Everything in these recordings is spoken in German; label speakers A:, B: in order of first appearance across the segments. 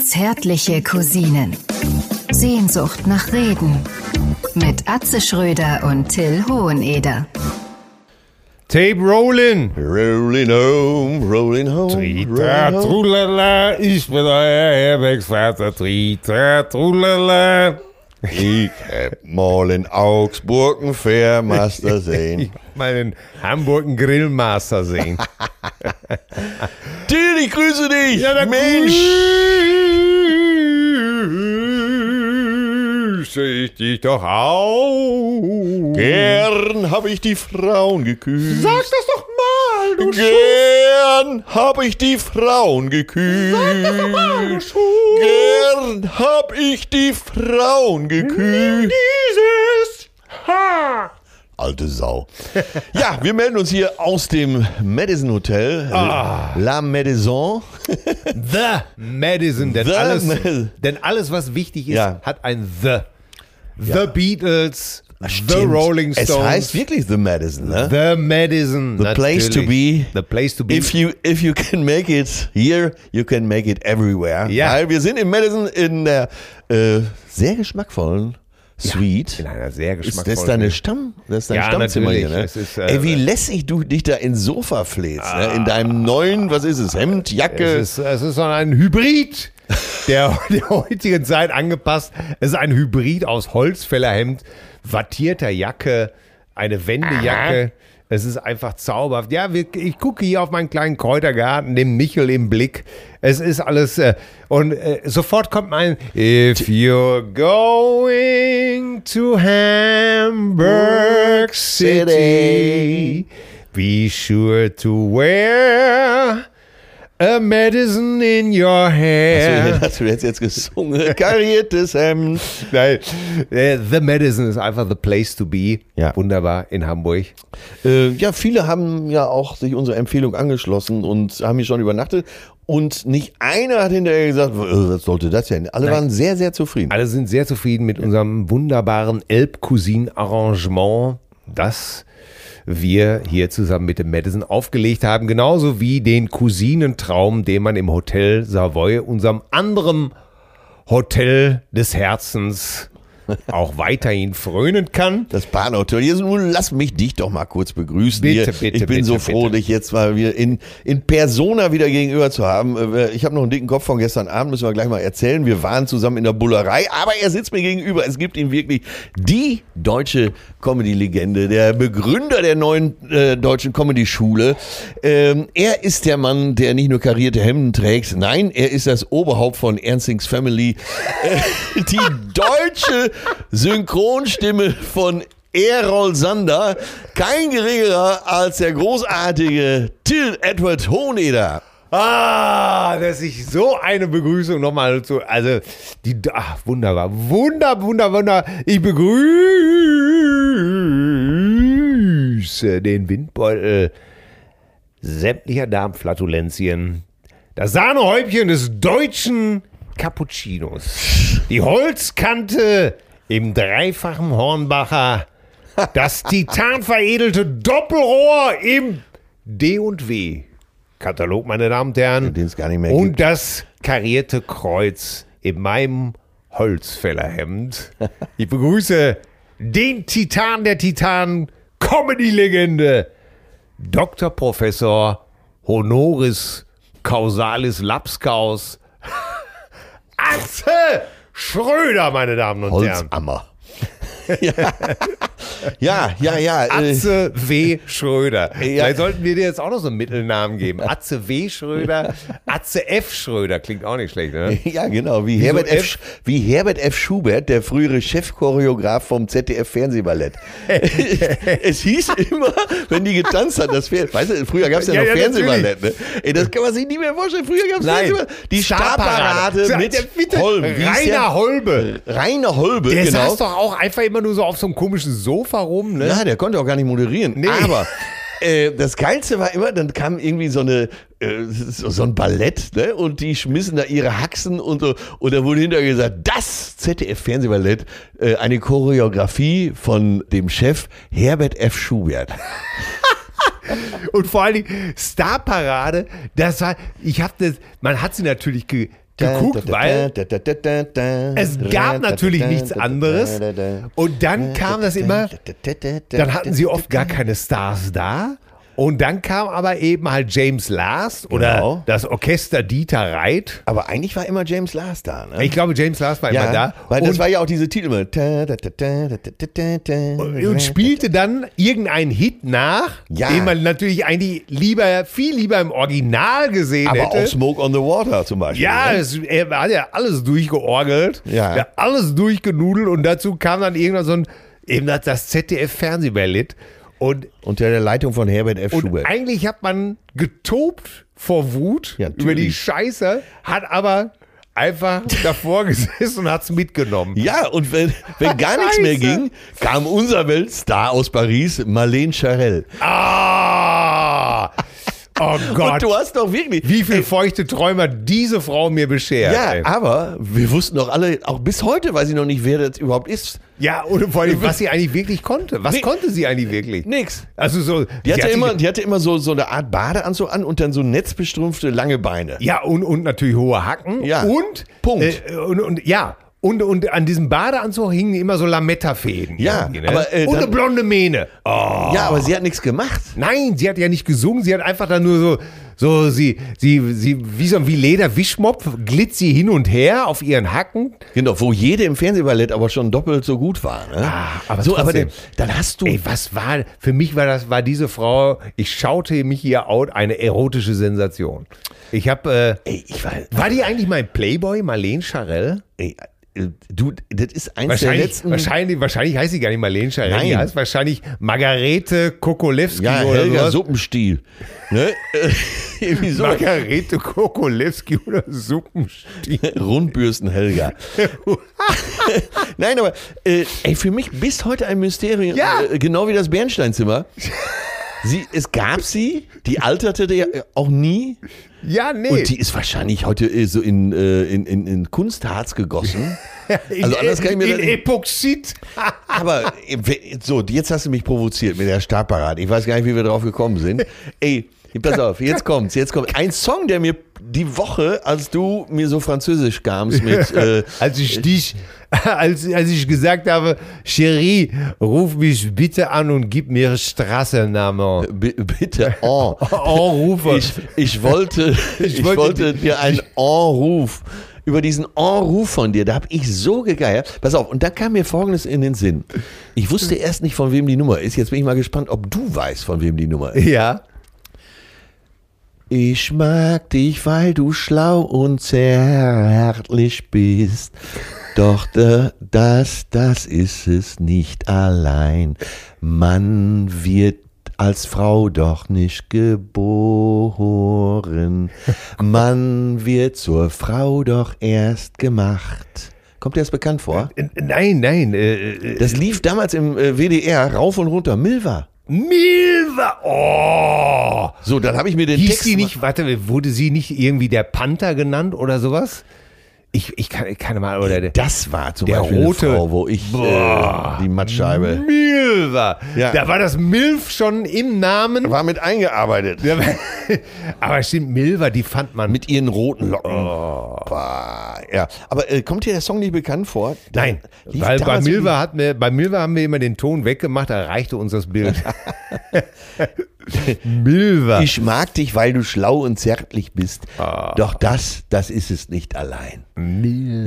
A: Zärtliche Cousinen. Sehnsucht nach Reden. Mit Atze Schröder und Till Hoheneder.
B: Tape rolling.
C: Rolling home, rolling home.
B: Tritra,
C: rolling home.
B: trulala, ich bin euer Herbergsvater. Tritra, trulala.
C: Ich hab mal in Augsburg einen Fairmaster
B: Ich
C: sehen.
B: mal in Hamburg einen Grillmaster sehen.
C: Till, ich grüße dich.
B: Ja, dann grüße ich dich doch auch.
C: Gern hab ich die Frauen geküsst.
B: Sag das doch mal, du
C: Gern hab ich die Frauen geküsst.
B: Schuh.
C: Gern hab ich die Frauen geküsst.
B: Dieses Haar.
C: Alte Sau. Ja, wir melden uns hier aus dem Madison Hotel.
B: Ah.
C: La Madison.
B: The Madison, denn,
C: The
B: alles,
C: Madison.
B: denn alles, was wichtig ist,
C: Ja.
B: hat ein The. The Beatles, The
C: Stimmt.
B: Ah, Rolling Stones.
C: Es heißt wirklich The Madison, ne?
B: The Madison.
C: The place to
B: natürlich.
C: be.
B: The place to be.
C: If you, if you can make it here, you can make it everywhere.
B: Ja.
C: Weil wir sind in Madison in der äh, sehr geschmackvollen Suite.
B: in einer sehr
C: Ist
B: geschmackvollen.
C: das deine Stamm, das ist dein
B: Ja,
C: Stammzimmer hier, ne?
B: natürlich. Es ist, äh,
C: Ey, wie lässig du dich da ins Sofa fläst, ne? In deinem neuen, was ist es, Hemd, Jacke.
B: es ist, es ist so ein Hybrid der, der heutigen Zeit angepasst. Es ist ein Hybrid aus Holzfällerhemd, wattierter Jacke, eine Wendejacke. Es ist einfach zauberhaft. Ja, wir, ich gucke hier auf meinen kleinen Kräutergarten, den Michel im Blick. Es ist alles. Äh, und äh, sofort kommt mein If you're going to Hamburg City, be sure to wear A medicine in your hair.
C: Hast du jetzt, jetzt gesungen? Kariertes Hemd.
B: Nein. Äh, The Medicine ist einfach the place to be.
C: Ja.
B: Wunderbar in Hamburg.
C: Äh, ja, viele haben ja auch sich unserer Empfehlung angeschlossen und haben hier schon übernachtet. Und nicht einer hat hinterher gesagt, "Äh, was sollte das denn? Alle waren sehr, sehr zufrieden.
B: Alle sind sehr zufrieden mit unserem wunderbaren Elbcousin-Arrangement, das wir hier zusammen mit dem Madison aufgelegt haben. Genauso wie den Cousinentraum, den man im Hotel Savoy, unserem anderen Hotel des Herzens, auch weiterhin frönen kann.
C: Das Bahnhotel. Jetzt nun lass mich dich doch mal kurz begrüßen.
B: Bitte,
C: hier.
B: bitte,
C: ich bin
B: bitte,
C: so froh,
B: bitte.
C: dich jetzt mal wieder in, in Persona wieder gegenüber zu haben. Äh, Ich habe noch einen dicken Kopf von gestern Abend, müssen wir gleich mal erzählen. Wir waren zusammen in der Bullerei, aber er sitzt mir gegenüber. Es gibt ihn wirklich die deutsche Comedy-Legende, der Begründer der neuen äh, deutschen Comedy-Schule. Ähm, er ist der Mann, der nicht nur karierte Hemden trägt. Nein, er ist das Oberhaupt von Ernstings Family. Äh, die deutsche Synchronstimme von Errol Sander, kein geringerer als der großartige Till Edward Honeder.
B: Ah, dass ich so eine Begrüßung nochmal zu. Also, die. Ach, wunderbar. Wunder, wunder, wunder. Ich begrüße den Windbeutel sämtlicher Darmflatulenzien. Das Sahnehäubchen des deutschen Cappuccinos. Die Holzkante im dreifachen Hornbacher. Das titanveredelte Doppelrohr im D&W. Katalog, meine Damen und Herren.
C: Den es gar nicht mehr
B: und
C: gibt.
B: das karierte Kreuz in meinem Holzfällerhemd. Ich begrüße den Titan der Titanen, Comedy-Legende, Dr. Professor Honoris Causalis Lapskaus, Atze Schröder, meine Damen und Herren.
C: Holzammer. ja, ja, ja. ja äh,
B: Atze W. Schröder.
C: Ja.
B: Vielleicht sollten wir dir jetzt auch noch so einen Mittelnamen geben. Atze W. Schröder, Atze F. Schröder. Klingt auch nicht schlecht, ne?
C: ja, genau, wie Herbert, F.
B: F?
C: Sch- wie Herbert F. Schubert, der frühere Chefchoreograf vom ZDF-Fernsehballett. es hieß immer, wenn die getanzt hat, das Pferd. Weißt du, früher gab es ja,
B: Ja,
C: noch
B: ja,
C: Fernsehballett. Ne? Ey, das kann man sich nicht mehr vorstellen. Früher gab es Fernsehballett. Die Starparade mit
B: bitte,
C: Holm. Wie hieß
B: Rainer Holbe.
C: der? Rainer Holbe,
B: Der
C: genau.
B: saß doch auch einfach immer nur so auf so einem komischen Sofa rum, ne?
C: Ja, der konnte auch gar nicht moderieren.
B: Nee.
C: Aber äh, das Geilste war immer, dann kam irgendwie so eine äh, so, so ein Ballett, ne? Und die schmissen da ihre Haxen und so. Und da wurde hinterher gesagt, das ZDF-Fernsehballett, äh, eine Choreografie von dem Chef Herbert F. Schubert.
B: Und vor allen Dingen Starparade, das war, ich hab das, man hat sie natürlich ge, geguckt, weil es gab natürlich nichts anderes. Und dann kam das immer, dann hatten sie oft gar keine Stars da. Und dann kam aber eben halt James Last oder
C: Genau.
B: das Orchester Dieter Reit.
C: Aber eigentlich war immer James Last da, ne?
B: Ich glaube, James Last war immer da.
C: Weil
B: und,
C: das war ja auch diese Titel immer. Ta, ta, ta, ta, ta, ta, ta, ta.
B: und spielte dann irgendeinen Hit nach,
C: Ja.
B: den man natürlich eigentlich lieber, viel lieber im Original gesehen
C: Aber
B: hätte.
C: auch Smoke on the Water zum Beispiel.
B: Ja,
C: ne?
B: es, er hat ja alles durchgeorgelt,
C: Ja.
B: ja alles durchgenudelt und dazu kam dann irgendwann so ein, eben das, das ZDF-Fernsehballett und,
C: Unter der Leitung von Herbert F.
B: und
C: Schubert.
B: eigentlich hat man getobt vor Wut
C: Ja,
B: über die
C: natürlich.
B: Scheiße, hat aber einfach davor gesessen und hat's mitgenommen.
C: Ja, und wenn, wenn gar nichts mehr
B: Scheiße.
C: ging, kam unser Weltstar aus Paris, Marlene Charell.
B: Ah! Oh
C: Und
B: Gott,
C: du hast doch wirklich.
B: wie viel feuchte Träume hat diese Frau mir beschert.
C: Ja, ah.
B: ey.
C: aber wir wussten doch alle, auch bis heute weiß ich noch nicht, wer das überhaupt ist.
B: ja und vor allem, was sie eigentlich wirklich konnte. Was
C: Nee.
B: konnte sie eigentlich wirklich?
C: Nix.
B: Also so,
C: Die hatte,
B: sie hat
C: immer,
B: sich-
C: die hatte immer so, so eine Art Badeanzug an und dann so netzbestrumpfte lange Beine.
B: Ja, und, und natürlich hohe Hacken.
C: Ja.
B: Und.
C: Punkt.
B: Äh, und, und ja. Und, und an diesem Badeanzug hingen immer so Lametta-Fäden.
C: Ja,
B: irgendwie, ne?
C: aber, äh,
B: und eine
C: dann-
B: blonde Mähne. Oh.
C: Ja, aber sie hat nichts gemacht.
B: Nein, sie hat ja nicht gesungen, sie hat einfach dann nur so, so sie, sie, sie, wie so ein wie Lederwischmopf, glitt sie hin und her auf ihren Hacken.
C: Genau, wo jede im Fernsehballett aber schon doppelt so gut war. Ne?
B: Ah, aber
C: so, aber
B: trotzdem.
C: dann, dann hast du.
B: Ey, was war, für mich war das, war diese Frau, ich schaute mich ihr out, eine erotische Sensation. Ich habe, äh,
C: Ey, ich war,
B: war die eigentlich mein Playboy, Marlene Charell?
C: ey, äh, du, das ist eins der
B: Wahrscheinlich,
C: letzten.
B: wahrscheinlich, wahrscheinlich heißt sie gar nicht Marlene Scharell.
C: Nein.
B: Die heißt wahrscheinlich Margarete Kokolewski
C: ja,
B: oder
C: Helga
B: sowas.
C: Suppenstiel. Ne? Äh, Irgendwie so.
B: Margarete Kokolewski oder Suppenstiel.
C: Rundbürsten Helga. Nein, aber äh, ey, für mich bis heute ein Mysterium,
B: Ja.
C: äh, genau wie das Bernsteinzimmer. Sie, es gab sie, die alterte ja auch nie.
B: Ja, nee.
C: Und die ist wahrscheinlich heute äh, so in, äh, in, in, in Kunstharz gegossen.
B: in,
C: also anders kann ich mir
B: in
C: das nicht-
B: Epoxid.
C: Aber äh, we- so, jetzt hast du mich provoziert mit der Startparade. Ich weiß gar nicht, wie wir drauf gekommen sind. Ey, pass auf, jetzt kommt's, jetzt kommt ein Song, der mir die Woche, als du mir so französisch kamst mit äh,
B: Als ich dich, als, als ich gesagt habe, Chérie, ruf mich bitte an und gib mir Straßennamen.
C: B- bitte Oh, en.
B: Anrufe.
C: Ich, ich wollte, ich
B: wollte
C: wollte, dir einen Anruf über diesen Anruf von dir, da habe ich so gegeiert. Pass auf, und da kam mir Folgendes in den Sinn. Ich wusste erst nicht, von wem die Nummer ist. Jetzt bin ich mal gespannt, ob du weißt, von wem die Nummer ist.
B: ja.
C: Ich mag dich, weil du schlau und zärtlich bist. Doch da- das, das ist es nicht allein. Mann wird als Frau doch nicht geboren. Mann wird zur Frau doch erst gemacht. Kommt dir das bekannt vor?
B: N- Nein, nein. Äh, äh,
C: Das lief damals im äh, WDR rauf und runter. Milva.
B: Milva. Oh.
C: So, dann habe ich mir den
B: Hieß
C: Text
B: sie
C: mal-
B: nicht, warte, wurde sie nicht irgendwie der Panther genannt oder sowas? Ich, ich kann keine mal, oder der.
C: Das war zum
B: Der
C: Beispiel
B: rote-
C: eine Frau, wo ich
B: Boah.
C: äh, die Mattscheibe
B: Milva!
C: Ja.
B: Da war das Milf schon im Namen.
C: war mit eingearbeitet.
B: Da war- Aber stimmt, Milva, die fand man.
C: Mit ihren roten Locken. Bah, Oh. Ja, aber äh, kommt dir der Song nicht bekannt vor? Da-
B: Nein,
C: lief
B: weil bei
C: damals-
B: Milva, hat mir, bei Milva haben wir immer den Ton weggemacht, da reichte uns das Bild. Milva.
C: Ich mag dich, weil du schlau und zärtlich bist. Doch das, das ist es nicht allein.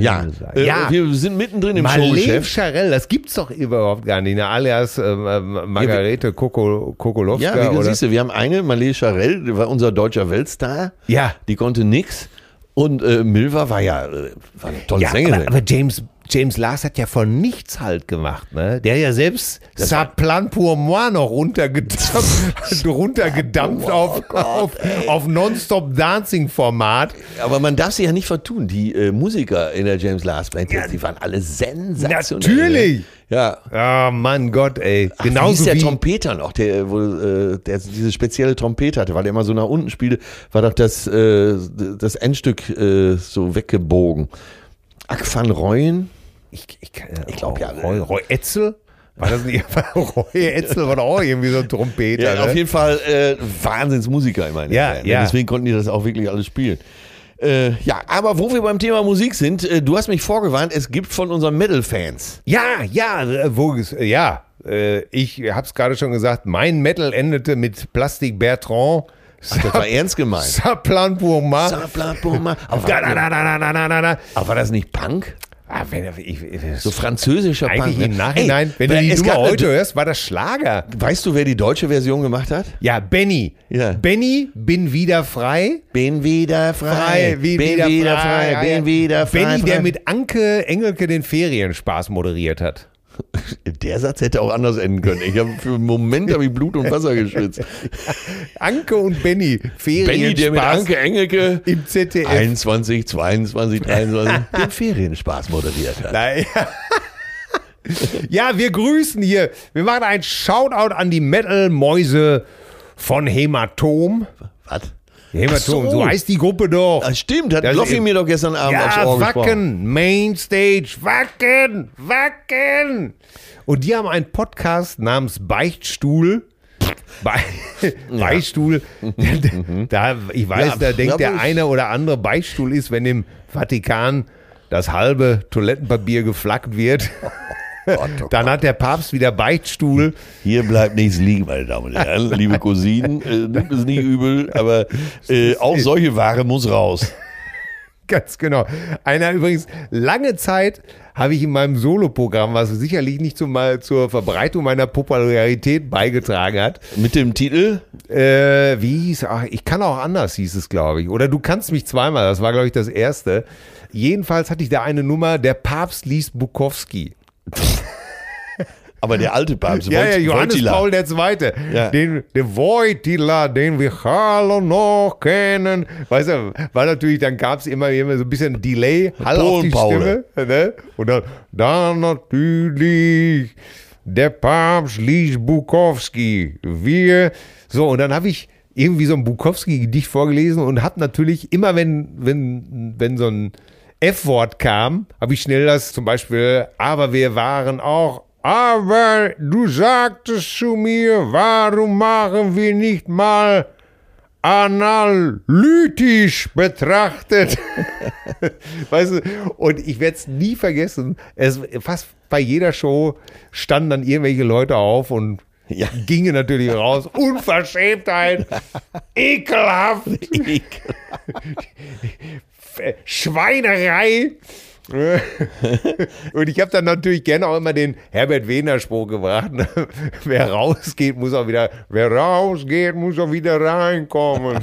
C: Ja, äh,
B: Ja.
C: wir sind mittendrin im
B: Marlene
C: Showgeschäft.
B: Scharell, das gibt's doch überhaupt gar nicht. Ne? Alias ähm, ähm, Margarete Koko, Kokolowska
C: Ja, wie du
B: oder.
C: siehst, du, wir haben eine, Marlene Charell, die war unser deutscher Weltstar.
B: Ja.
C: Die konnte nix. Und äh, Milva war ja äh, war eine tolle
B: Ja,
C: Sängerin.
B: aber, aber James, James Lars hat ja von nichts halt gemacht, ne? Der ja selbst Sa Plan pour moi noch runtergedampft, runtergedampft auf, auf, auf Nonstop Dancing Format.
C: Aber man darf sie ja nicht vertun. Die äh, Musiker in der James Last Band, die waren alle sensationell. ne?
B: Natürlich.
C: Ja.
B: Ah, mein Gott, ey.
C: Ach, wie hieß
B: Genauso
C: der
B: wie
C: Trompeter noch, der, wo, äh, der diese spezielle Trompete hatte, weil der immer so nach unten spielte, war doch das, äh, das Endstück äh, so weggebogen. Ack van Rooyen?
B: ich, ich,
C: Ich glaub, ja, ne?
B: Roy, Roy Etzel? War das nicht Reue Etzel war doch auch irgendwie so ein Trompeter.
C: Ja, auf
B: ne?
C: jeden Fall äh, Wahnsinnsmusiker immer.
B: Ja, ja.
C: ne? Deswegen konnten die das auch wirklich alles spielen. Äh, ja, aber wo wir beim Thema Musik sind, äh, du hast mich vorgewarnt, es gibt von unseren Metal-Fans.
B: ja, ja, äh, wo, ist- äh, ja. äh, Ich hab's gerade schon gesagt, mein Metal endete mit Plastik Bertrand.
C: Das war ernst gemeint.
B: Saplan Burma.
C: aber,
B: Da, da,
C: war,
B: da, da, da, da, da, da.
C: aber war das nicht Punk?
B: Ah, wenn, ich, ich,
C: So französischer
B: eigentlich
C: Punk.
B: im
C: ne?
B: Nachhinein, wenn
C: Ey,
B: du die
C: es
B: Nummer
C: gab eine-
B: heute hörst, war das Schlager.
C: Weißt du, wer die deutsche Version gemacht hat?
B: Ja, Benny.
C: Ja.
B: Benny, bin wieder frei.
C: Bin wieder frei,
B: wie- Ah,
C: bin wieder, frei,
B: ja, ja.
C: bin wieder frei.
B: Benny,
C: frei.
B: der mit Anke Engelke den Ferienspaß moderiert hat.
C: der Satz hätte auch anders enden können. Ich habe für einen Moment habe ich Blut und Wasser geschwitzt.
B: Anke und Benny,
C: Benny, der mit
B: Ferienspaß
C: Anke Engelke
B: im ZDF.
C: 21, 22, 23 den Ferienspaß moderiert hat.
B: Nein. ja, wir grüßen hier. Wir machen ein Shoutout an die Metal-Mäuse von Hämatom.
C: Was?
B: Hämatom, so.
C: Ach so.
B: heißt die Gruppe doch.
C: Das stimmt, hat
B: Das
C: Loffi
B: ist-
C: mir doch gestern Abend aufs
B: also Ja,
C: Ohr gesprochen.
B: Wacken, Mainstage, Wacken, Wacken. Und die haben einen Podcast namens Beichtstuhl. Be Beichtstuhl. da, ich weiß,
C: Mhm. Ja,
B: da denkt
C: aber
B: der
C: ich-
B: eine oder andere Beichtstuhl ist, wenn im Vatikan das halbe Toilettenpapier geflaggt wird.
C: Oh
B: Dann hat der Papst wieder Beichtstuhl.
C: Hier bleibt nichts liegen, meine Damen und Herren. Liebe Cousinen, äh, nimmt es nicht übel, aber äh,
B: eh
C: auch solche Ware muss raus.
B: Ganz genau. Einer übrigens, lange Zeit habe ich in meinem Soloprogramm, was sicherlich nicht zum, mal zur Verbreitung meiner Popularität beigetragen hat,
C: Mit dem Titel
B: äh, wie hieß, ach, ich kann auch anders hieß es, glaube ich. Oder du kannst mich zweimal, das war, glaube ich, das erste. Jedenfalls hatte ich da eine Nummer, der Papst liest Bukowski.
C: Aber der alte Papst,
B: Ja, ja,
C: Wojt-
B: Johannes
C: Wojtyla.
B: Paul der Zweite.
C: Ja.
B: Den, den Wojtyla, den wir alle noch kennen. Weißt du, war natürlich, dann gab es immer, immer so ein bisschen Delay, Hall auf die Stimme.
C: Polenpaule.
B: Ne? Und dann, dann natürlich der Papst liest Bukowski. Wir, so, und dann habe ich irgendwie so ein Bukowski-Gedicht vorgelesen und habe natürlich immer, wenn, wenn, wenn so ein F-Wort kam, habe ich schnell das zum Beispiel, aber wir waren auch, aber du sagtest zu mir, warum machen wir nicht mal analytisch betrachtet. weißt du, und ich werde es nie vergessen. Es, fast bei jeder Show standen dann irgendwelche Leute auf und
C: Ja.
B: gingen natürlich raus. Unverschämtheit, ekelhaft, Schweinerei. und ich habe dann natürlich gerne auch immer den Herbert Wehner Spruch gebracht. ne? wer rausgeht, muss auch wieder, wer rausgeht, muss auch wieder reinkommen.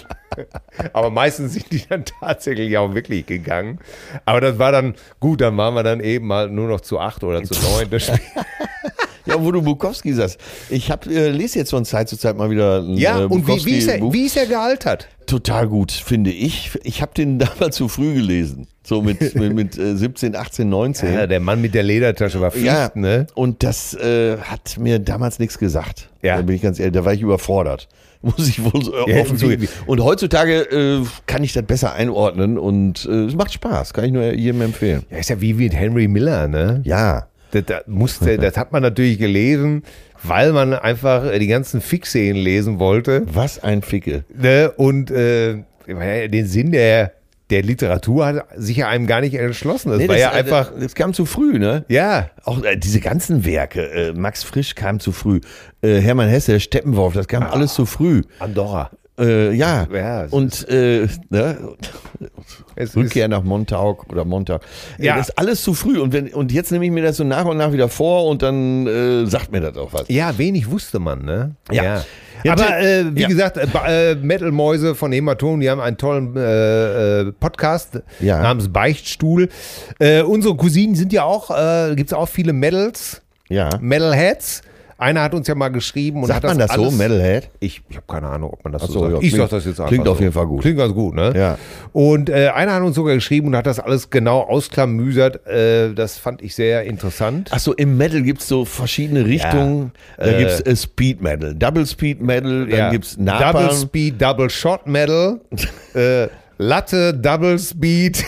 B: Aber meistens sind die dann tatsächlich auch wirklich gegangen. Aber das war dann gut, dann waren wir dann eben halt nur noch zu acht oder zu neun. Das Spiel.
C: Ja, wo du Bukowski sagst. Ich hab, äh, lese jetzt von Zeit zu Zeit mal wieder ein
B: Ja,
C: äh,
B: und wie, wie, ist er,
C: Bukowski-Buch.
B: wie ist er gealtert?
C: Total gut, finde ich. Ich habe den damals zu früh gelesen. So mit, mit, mit äh, 17, 18, 19.
B: Ja, der Mann mit der Ledertasche war Pflicht,
C: Ne? Ja,
B: ne?
C: und das äh, hat mir damals nichts gesagt.
B: Ja.
C: Da bin ich ganz ehrlich, da war ich überfordert. Muss ich wohl so
B: Ja,
C: offen
B: wie-
C: zugeben. Und heutzutage äh, kann ich das besser einordnen und äh, es macht Spaß, kann ich nur jedem empfehlen.
B: Ja, ist ja wie mit Henry Miller, ne?
C: Ja.
B: Das, das, musste, das hat man natürlich gelesen, weil man einfach äh, die ganzen Fixszenen lesen wollte.
C: Was ein Fickel.
B: Ne? Und äh, den Sinn der, der Literatur hat sich ja einem gar nicht entschlossen. Das
C: Nee,
B: war ja
C: äh,
B: einfach,
C: Das kam zu früh, ne?
B: ja,
C: Auch äh, diese ganzen Werke. Äh, Max Frisch kam zu früh. Äh, Hermann Hesse, Steppenwolf, das kam alles zu früh.
B: Andorra.
C: Äh, ja.
B: Ah. Ja, es
C: Und äh, ne?
B: Es
C: Rückkehr nach Montauk oder Montag.
B: Ja.
C: Ja. Das ist alles zu früh. Und, wenn, und jetzt nehme ich mir das so nach und nach wieder vor und dann äh, sagt mir das auch was.
B: Ist, ja, wenig wusste man, ne?
C: Ja. Ja,
B: Aber
C: Tim-
B: äh, wie
C: ja.
B: gesagt, äh, ba- äh, Metal-Mäuse von Hämatom, die haben einen tollen äh, äh, Podcast
C: Ja.
B: namens Beichtstuhl. Äh, unsere Cousinen sind ja auch, äh, gibt es auch viele Medals.
C: Ja.
B: Metalheads. Einer hat uns ja mal geschrieben und
C: Sagt
B: hat
C: man das so,
B: alles,
C: Metalhead?
B: Ich, ich habe keine Ahnung, ob man das so,
C: so,
B: sagt.
C: ja,
B: ich sag
C: klingt-
B: das jetzt einfach
C: klingt
B: so.
C: auf jeden Fall gut.
B: Klingt ganz gut, ne?
C: Ja.
B: Und äh, einer hat uns sogar geschrieben und hat das alles genau ausklamüsert. Äh, das fand ich sehr interessant.
C: Achso, im Metal gibt es so verschiedene Richtungen. da gibt es äh, Speed Metal, Double Speed Metal, dann
B: Ja.
C: gibt es
B: Double
C: Napalm.
B: Speed, Double Shot Metal. äh, Latte Double Speed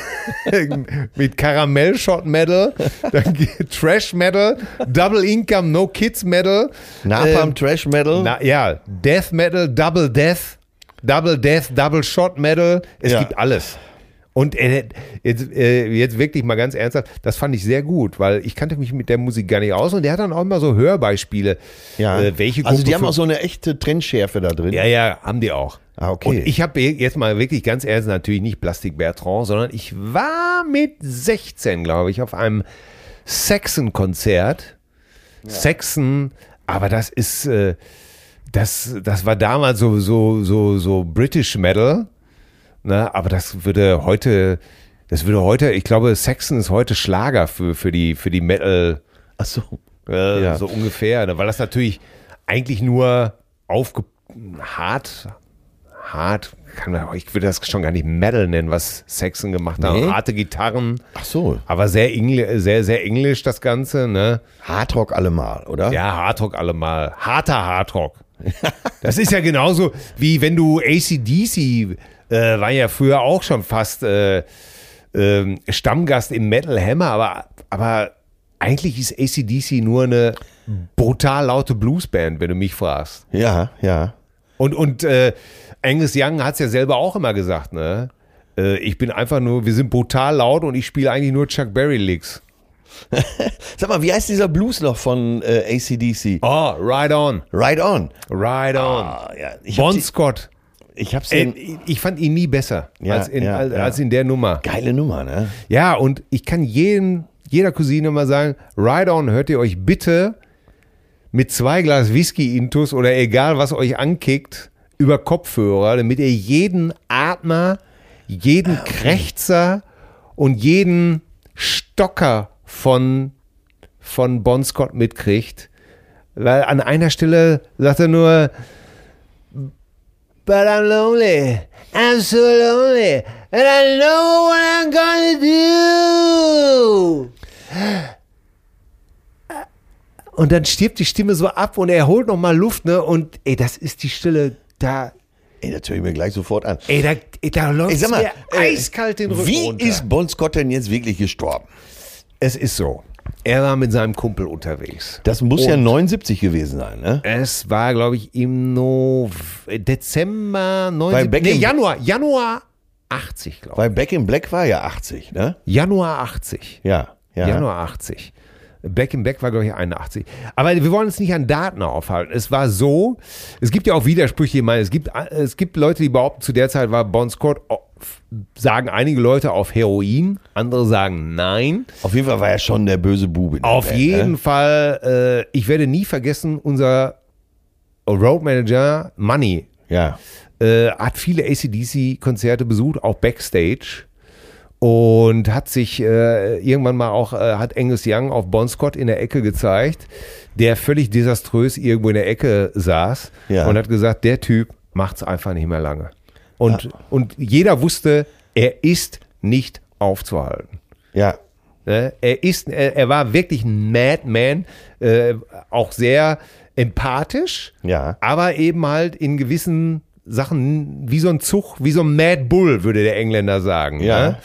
B: mit Karamell Shot Medal, dann ge- Trash Medal, Double Income No Kids Medal,
C: Napalm
B: ähm,
C: Trash Metal.
B: na, ja, Death Metal, Double Death, Double Death, Double Shot Metal, es
C: Ja.
B: gibt alles. Und äh, jetzt, äh, jetzt wirklich mal ganz ernsthaft, das fand ich sehr gut, weil ich kannte mich mit der Musik gar nicht aus und der hat dann auch immer so Hörbeispiele. Äh, welche
C: also
B: Gruppe
C: die haben
B: für-
C: auch so eine echte Trendschärfe da drin.
B: ja, ja, haben die auch.
C: Ah, okay.
B: Und ich habe jetzt mal wirklich ganz ernst natürlich nicht Plastik Bertrand, sondern ich war mit 16, glaube ich, auf einem Saxon-Konzert. Saxon, aber das ist, äh, das, das war damals so, so, so, so British Metal. Ne? Aber das würde heute, das würde heute, ich glaube, Saxon ist heute Schlager für, für die, für die Metal.
C: Ach so.
B: Äh,
C: Ja.
B: So ungefähr, ne? weil das natürlich eigentlich nur aufge hart, hart, kann man, ich würde das schon gar nicht Metal nennen, was Saxon gemacht haben.
C: Nee.
B: Harte Gitarren,
C: Ach so.
B: aber sehr, Engl sehr, sehr englisch das Ganze, ne?
C: Hardrock allemal, oder?
B: Ja, Hardrock allemal. Harter Hardrock. Das ist ja genauso wie wenn du ACDC, äh, war ja früher auch schon fast äh, ähm, Stammgast im Metal Hammer, aber, aber eigentlich ist ACDC nur eine brutal laute Bluesband, wenn du mich fragst.
C: Ja, ja.
B: Und, und äh, Angus Young hat es ja selber auch immer gesagt, ne? Äh, Ich bin einfach nur, wir sind brutal laut und ich spiele eigentlich nur Chuck Berry Licks.
C: Sag mal, wie heißt dieser Blues noch von äh, ACDC?
B: Oh, right on,
C: Ride On.
B: right on.
C: Ah, ja. Ich
B: bon
C: hab's,
B: Scott.
C: ich hab's
B: Ey,
C: in,
B: Äh, ich fand ihn nie besser
C: Ja,
B: als, in,
C: ja,
B: als,
C: ja.
B: als in der Nummer.
C: Geile Nummer, ne?
B: Ja, und ich kann jedem, jeder Cousine mal sagen, Ride On hört ihr euch bitte mit zwei Glas Whisky intus oder egal was euch ankickt, über Kopfhörer, damit ihr jeden Atmer, jeden
C: Äh,
B: Krächzer und jeden Stocker von, von Bon Scott mitkriegt. Weil an einer Stelle sagt er nur, But I'm lonely. I'm so lonely. And I know what I'm gonna do. Und dann stirbt die Stimme so ab und er holt nochmal Luft, ne? Und ey, das ist die Stille, da,
C: Ey, das höre ich mir gleich sofort an.
B: ey, da, ey, da läuft
C: Ey, sag mal,
B: mir
C: äh,
B: eiskalt den Rücken
C: Wie
B: runter.
C: ist Bon Scott denn jetzt wirklich gestorben?
B: es ist so. Er war mit seinem Kumpel unterwegs.
C: Das muss ja 79 gewesen sein, ne?
B: Es war, glaube ich, im Nov Dezember 90,
C: Beckham-
B: nee, Januar, Januar 80, glaube ich.
C: Weil Back in Black war ja 80, ne?
B: Januar 80.
C: Ja, ja.
B: Januar 80. Back in Back war, glaube ich, 81. Aber wir wollen uns nicht an Daten aufhalten. Es war so, es gibt ja auch Widersprüche. Ich meine, es gibt, es gibt Leute, die behaupten, zu der Zeit war Bon Scott, auf- sagen einige Leute auf Heroin, andere sagen nein. Äh,
C: Auf jeden Fall war er schon der böse Bube. in der
B: Auf
C: Band,
B: jeden
C: Ne?
B: Fall, äh, ich werde nie vergessen, unser Road Manager Money
C: Ja.
B: äh, hat viele ACDC-Konzerte besucht, auch Backstage. Und hat sich äh, irgendwann mal auch, äh, hat Angus Young auf Bon Scott in der Ecke gezeigt, der völlig desaströs irgendwo in der Ecke saß
C: Ja.
B: und hat gesagt, der Typ macht's einfach nicht mehr lange. Und, und jeder wusste, er ist nicht aufzuhalten.
C: Ja.
B: Ne? Er, ist, er, er war wirklich ein Madman, äh, auch sehr empathisch,
C: Ja.
B: aber eben halt in gewissen Sachen wie so ein Zug, wie so ein Mad Bull, würde der Engländer sagen.
C: Ja.
B: Ne?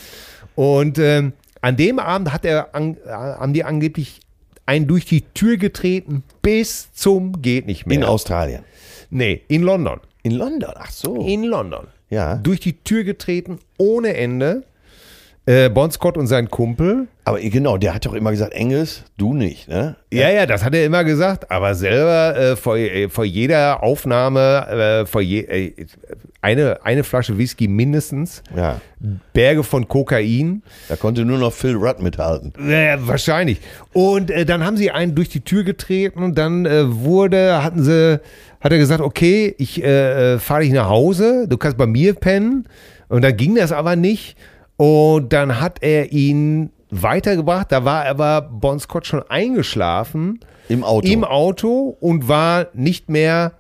B: Und ähm, an dem Abend hat er an, äh, haben die angeblich einen durch die Tür getreten bis zum geht nicht mehr.
C: In Australien.
B: nee, in London.
C: In London, ach so.
B: In London
C: ja.
B: durch die Tür getreten ohne Ende. Äh, bon Scott und sein Kumpel.
C: Aber genau, der hat doch immer gesagt, Engels, du nicht, ne?
B: Ja, ja, das hat er immer gesagt, aber selber äh, vor, äh, vor jeder Aufnahme, äh, vor je, äh, eine, eine Flasche Whisky mindestens,
C: Ja.
B: Berge von Kokain,
C: Da konnte nur noch Phil Rudd mithalten.
B: äh, wahrscheinlich. Und äh, dann haben sie einen durch die Tür getreten und dann äh, wurde, hatten sie, hat er gesagt, okay, ich äh, fahre dich nach Hause, du kannst bei mir pennen. Und dann ging das aber nicht. Und dann hat er ihn weitergebracht, da war aber Bon Scott schon eingeschlafen.
C: Im Auto.
B: im Auto und war nicht mehr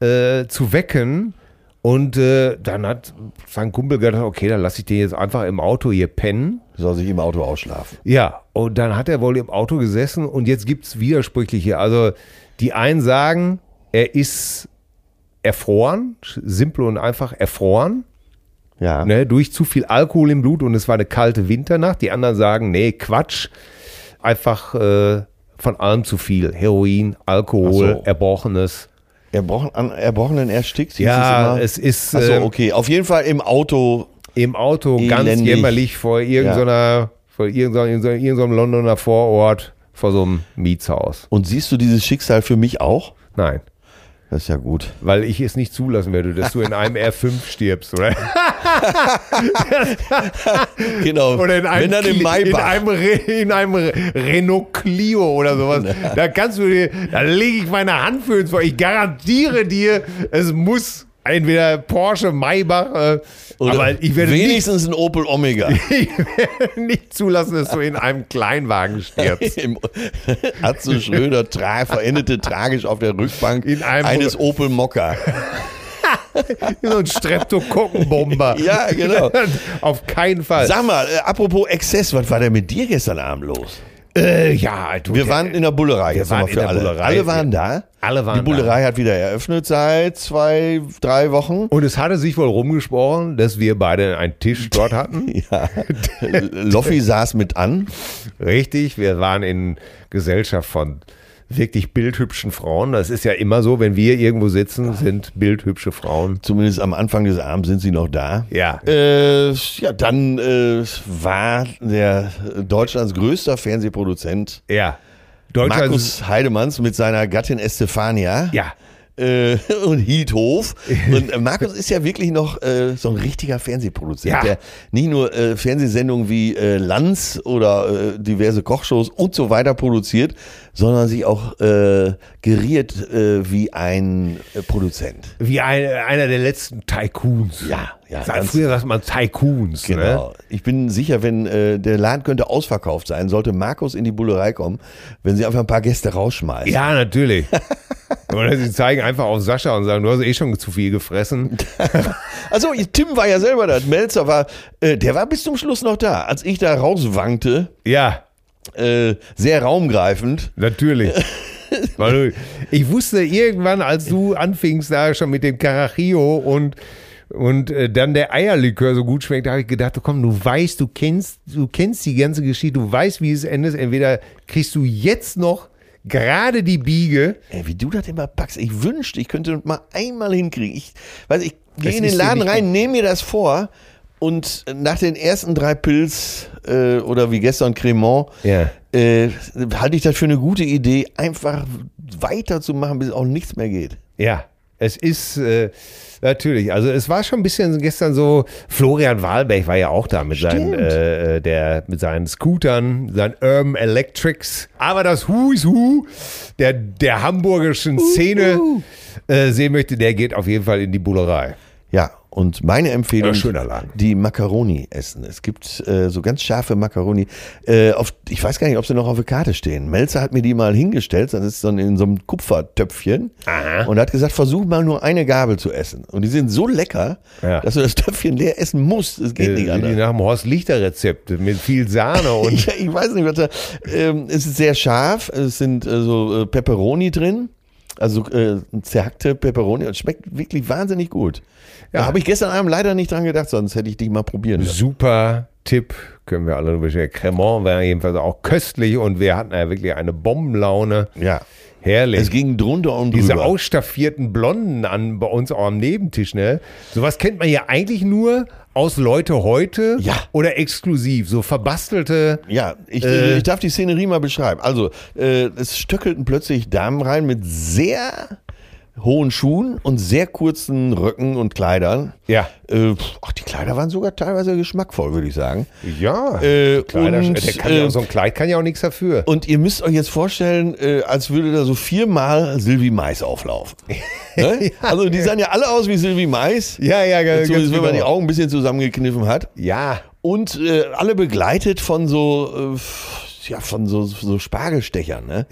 B: äh, zu wecken. Und äh, dann hat sein Kumpel gedacht, okay, dann lasse ich den jetzt einfach im Auto hier pennen.
C: Soll sich im Auto ausschlafen.
B: Ja, und dann hat er wohl im Auto gesessen und jetzt gibt es widersprüchliche. Also die einen sagen, er ist erfroren, sch- simpel und einfach erfroren.
C: Ja.
B: ne, durch zu viel Alkohol im Blut und es war eine kalte Winternacht. Die anderen sagen, nee, Quatsch, einfach äh, von allem zu viel. Heroin, Alkohol,
C: Ach so.
B: Erbrochenes.
C: Erbrochen, an Erbrochenen erstickt. hieß
B: Ja, es
C: es
B: ist
C: immer. Achso,
B: ähm,
C: okay. Auf jeden Fall im Auto.
B: im Auto ganz
C: Elendig.
B: jämmerlich vor irgendeiner, vor irgendeiner, irgendeiner, irgendeinem Londoner Vorort, vor so einem Mietshaus.
C: Und siehst du dieses Schicksal für mich auch?
B: Nein.
C: Das ist ja gut.
B: Weil ich es nicht zulassen werde, dass du in einem R5 stirbst, oder?
C: Genau.
B: Oder in einem,
C: Wenn dann im
B: Cli- in
C: Maybach.
B: einem, Re, in einem Re- Renault Clio oder sowas. Da kannst du dir, da lege ich meine Hand für ins Feuer. Ich garantiere dir, es muss entweder Porsche, Maybach, äh,
C: Oder
B: aber ich werde nicht,
C: wenigstens ein Opel Omega.
B: ich werde nicht zulassen, dass du in einem Kleinwagen stirbst.
C: Im- Atze Schröder tra verendete tragisch auf der Rückbank
B: In einem-
C: eines Opel Mokka.
B: So ein Streptokokkenbomber.
C: Ja, genau.
B: Auf keinen Fall.
C: Sag mal, äh, apropos Exzess, was war denn mit dir gestern Abend los?
B: äh, ja, du,
C: Wir
B: der-
C: waren in der Bullerei. Jetzt
B: waren
C: nochmal
B: in
C: für
B: der
C: alle.
B: Bullerei.
C: Alle waren da.
B: Alle waren
C: Die Bullerei hat wieder eröffnet seit zwei, drei Wochen.
B: und es hatte sich wohl rumgesprochen, dass wir beide einen Tisch dort hatten.
C: Ja. Loffi saß mit an.
B: Richtig, wir waren in Gesellschaft von wirklich bildhübschen Frauen. Das ist ja immer so, wenn wir irgendwo sitzen, sind bildhübsche Frauen.
C: Zumindest am Anfang des Abends sind sie noch da.
B: Ja.
C: Äh, ja, dann äh, war der Deutschlands größter Fernsehproduzent
B: Ja. Deutschland
C: Markus Heidemanns mit seiner Gattin Estefania.
B: Ja.
C: Äh, und hielt Hof. Und äh, Markus ist ja wirklich noch äh, so ein richtiger Fernsehproduzent,
B: Ja.
C: der nicht nur äh, Fernsehsendungen wie äh, Lanz oder äh, diverse Kochshows und so weiter produziert, sondern sich auch äh, geriert äh, wie ein äh, Produzent.
B: wie ein, einer der letzten Tycoons.
C: Ja, ja,
B: Sag-
C: ganz-
B: Früher sagt man Tycoons. Ne?
C: Genau. Ich bin sicher, wenn äh, der Laden könnte ausverkauft sein, sollte Markus in die Bullerei kommen, wenn sie einfach ein paar Gäste rausschmeißt.
B: Ja, natürlich. Oder sie zeigen einfach auf Sascha und sagen, du hast eh schon zu viel gefressen.
C: Also Tim war ja selber da. Melzer war, äh, der war bis zum Schluss noch da. Als ich da rauswankte,
B: Ja,
C: äh, sehr raumgreifend.
B: natürlich. Weil du- ich wusste irgendwann, als du anfingst da schon mit dem Carachio und, und äh, dann der Eierlikör so gut schmeckt, da habe ich gedacht, komm, du weißt, du kennst, du kennst die ganze Geschichte, du weißt, wie es endet. Entweder kriegst du jetzt noch gerade die Biege.
C: Ey, wie du das immer packst. Ich wünschte, ich könnte das mal einmal hinkriegen. Ich weiß, ich gehe
B: Es
C: in
B: ist
C: den
B: dir
C: Laden
B: nicht
C: rein, nehme mir das vor und nach den ersten drei Pilz äh, oder wie gestern Cremant,
B: Ja.
C: äh, halte ich das für eine gute Idee, einfach weiterzumachen, bis auch nichts mehr geht.
B: Ja, es ist äh, natürlich, also es war schon ein bisschen gestern so, Florian Wahlberg war ja auch da mit seinen,
C: Stimmt.
B: äh, äh, der, mit seinen Scootern, seinen Urban Electrics. Aber das Who is Who der, der hamburgischen Szene Äh, sehen möchte, der geht auf jeden Fall in die Bullerei.
C: Ja, und meine Empfehlung,
B: Ja, schöner Laden.
C: die Macaroni essen. Es gibt äh, so ganz scharfe Macaroni. Äh, auf, ich weiß gar nicht, ob sie noch auf der Karte stehen. Melzer hat mir die mal hingestellt, das ist so in, in so einem Kupfertöpfchen. Und hat gesagt, versuch mal nur eine Gabel zu essen. Und die sind so lecker,
B: Ja.
C: dass du das Töpfchen leer essen musst. Es geht
B: Äh,
C: nicht anders.
B: die nach dem Horst Lichter Rezept mit viel Sahne und
C: ja, ich weiß nicht, was da. Ähm, es ist sehr scharf. Es sind äh, so äh, Peperoni drin. Also äh, zerhackte Peperoni. Es schmeckt wirklich wahnsinnig gut. Da habe ich gestern Abend leider nicht dran gedacht, sonst hätte ich dich mal probieren lassen.
B: super Tipp. Können wir alle drüber sprechen. Cremant war jedenfalls auch köstlich und wir hatten ja wirklich eine Bombenlaune.
C: Ja. Also
B: Herrlich.
C: Es ging drunter und
B: diese
C: drüber.
B: ausstaffierten Blonden an bei uns auch am Nebentisch, ne? Sowas kennt man ja eigentlich nur aus Leute heute
C: Ja.
B: oder exklusiv, so verbastelte.
C: ja, ich,
B: Äh.
C: ich darf die Szenerie mal beschreiben. Also, äh, es stöckelten plötzlich Damen rein mit sehr hohen Schuhen und sehr kurzen Röcken und Kleidern.
B: Ja.
C: Äh, pf, ach, die Kleider waren sogar teilweise geschmackvoll, würde ich sagen.
B: Ja.
C: Äh,
B: Kleider,
C: und,
B: der kann ja,
C: äh,
B: so ein Kleid kann ja auch nichts dafür.
C: Und ihr müsst euch jetzt vorstellen, äh, als würde da so viermal Silvi Mais auflaufen. ne? Also die sahen ja alle aus wie Silvi Mais.
B: Ja, ja, ja,
C: Zumindest wenn man die
B: genau.
C: Augen ein bisschen zusammengekniffen hat.
B: Ja.
C: Und äh, alle begleitet von so, äh, ja, von so, so Spargelstechern, ne?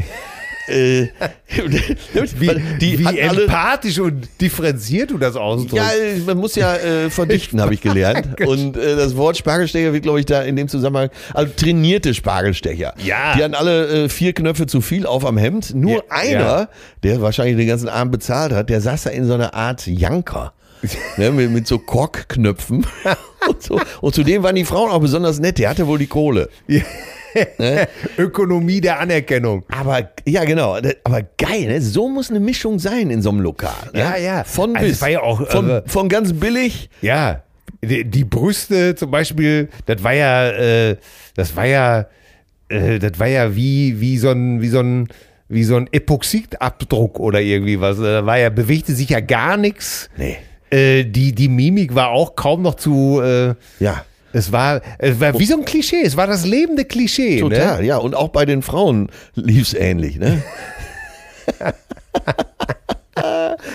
C: äh,
B: Wie, wie
C: hatten
B: empathisch und differenziert du das ausdrückst.
C: ja, man muss ja äh, verdichten, habe ich gelernt. Und äh, das Wort Spargelstecher wird, glaube ich, da in dem Zusammenhang, also trainierte Spargelstecher.
B: Ja.
C: Die hatten alle äh, vier Knöpfe zu viel auf am Hemd. Nur
B: Ja,
C: einer, der wahrscheinlich den ganzen Abend bezahlt hat, der saß da in so einer Art Janker. ne, mit, mit so Korkknöpfen. und, so. und zudem waren die Frauen auch besonders nett. Der hatte wohl die Kohle.
B: Ökonomie der Anerkennung.
C: Aber ja, genau. Aber geil, ne? so muss eine Mischung sein in so einem Lokal. Ne?
B: Ja, ja.
C: Von
B: Also,
C: bis.
B: es war ja auch
C: von,
B: irre.
C: von ganz billig.
B: Ja, die, die Brüste zum Beispiel, das war ja, äh, das war ja, äh, das war ja wie, wie so ein, wie so ein, wie so ein Epoxidabdruck oder irgendwie was. Äh, Da war ja, bewegte sich ja gar nichts.
C: Nee.
B: Äh, die, die Mimik war auch kaum noch zu, äh,
C: Ja.
B: es war, es war wie so ein Klischee, es war das lebende Klischee.
C: Total,
B: Ne?
C: ja. Und auch bei den Frauen lief's ähnlich, ne?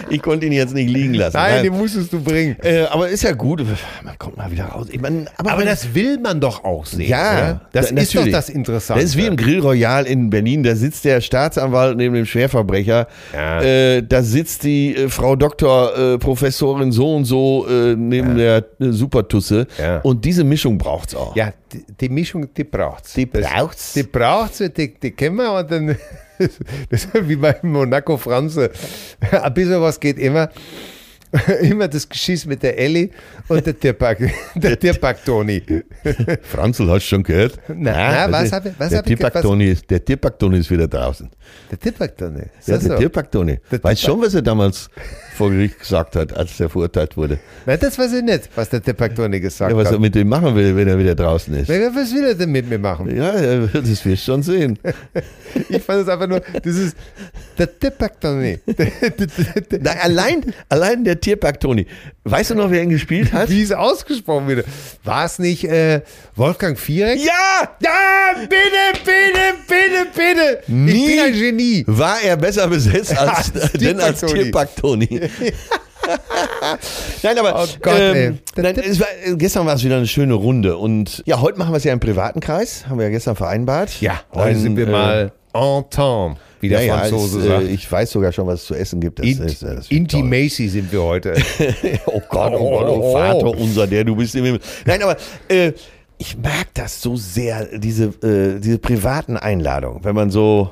C: ich konnte ihn jetzt nicht liegen lassen.
B: Nein, den musstest du bringen.
C: Äh, aber ist ja gut. Man kommt mal wieder raus. Ich mein,
B: Aber das will man doch auch sehen.
C: ja,
B: ne? das
C: da-
B: ist doch
C: natürlich.
B: das Interessante.
C: Das ist wie im Grill Royal in Berlin. Da sitzt der Staatsanwalt neben dem Schwerverbrecher.
B: Ja.
C: Äh, da sitzt die äh, Frau Doktor, äh, Professorin so und so äh, neben der äh, Supertusse.
B: Ja.
C: Und diese Mischung braucht's auch.
B: Ja, die, die Mischung, die braucht's.
C: Die
B: Das-
C: braucht's?
B: Die braucht's, die, die kennen wir und dann, das ist wie bei Monaco Franze. Ein bisschen was geht immer. Immer das Geschiss mit der Elli und der Tierpark, der Tierpark Toni.
C: Franzl, hast du schon gehört?
B: na, was hab ich- was
C: der
B: hab ich ge- was-
C: Tierpark-Toni ist, der Tierpark-Toni ist wieder draußen.
B: Der Tierpark Toni. So,
C: Ja,
B: so.
C: der Tierpark-Toni.
B: Der
C: Weißt schon, was er damals vor Gericht gesagt hat, als er verurteilt wurde?
B: Nein, das weiß ich nicht, was der Tierpark Toni gesagt
C: Ja, was er
B: hat.
C: mit dem machen will, wenn er wieder draußen ist.
B: Wer- Was will er denn mit mir machen?
C: Ja, ja, das wirst du schon sehen.
B: Ich fand es einfach nur, das ist der Tierpark Toni.
C: Na, allein, allein der Tierpark, Toni. Weißt du noch, wer ihn gespielt hat?
B: Wie es ausgesprochen wird. War es nicht äh, Wolfgang Viereck?
C: Ja!
B: Ja, bitte, bitte, bitte, bitte.
C: Nie.
B: Ich bin ein Genie.
C: War er besser besetzt als,
B: Als
C: denn als
B: Tierpark-Toni.
C: Tierpark-Toni. nein, aber
B: Oh Gott,
C: ähm,
B: ey.
C: nein, es war, äh, gestern war es wieder eine schöne Runde. Und ja, heute machen wir es ja im privaten Kreis. Haben wir ja gestern vereinbart.
B: Ja, heute
C: Dann,
B: sind wir
C: äh,
B: mal en temps, wie der
C: ja, ja,
B: Franzose
C: es, äh,
B: sagt.
C: ich weiß sogar schon, was es zu essen gibt. Das, ist- äh, das
B: Int-
C: ist toll.
B: Intimacy sind wir heute.
C: Oh Gott, oh,
B: Oh,
C: Gott, oh
B: oh,
C: Vater
B: oh.
C: unser, der du bist im Himmel. Nein, aber äh, ich mag das so sehr, diese, äh, diese privaten Einladungen, wenn man so.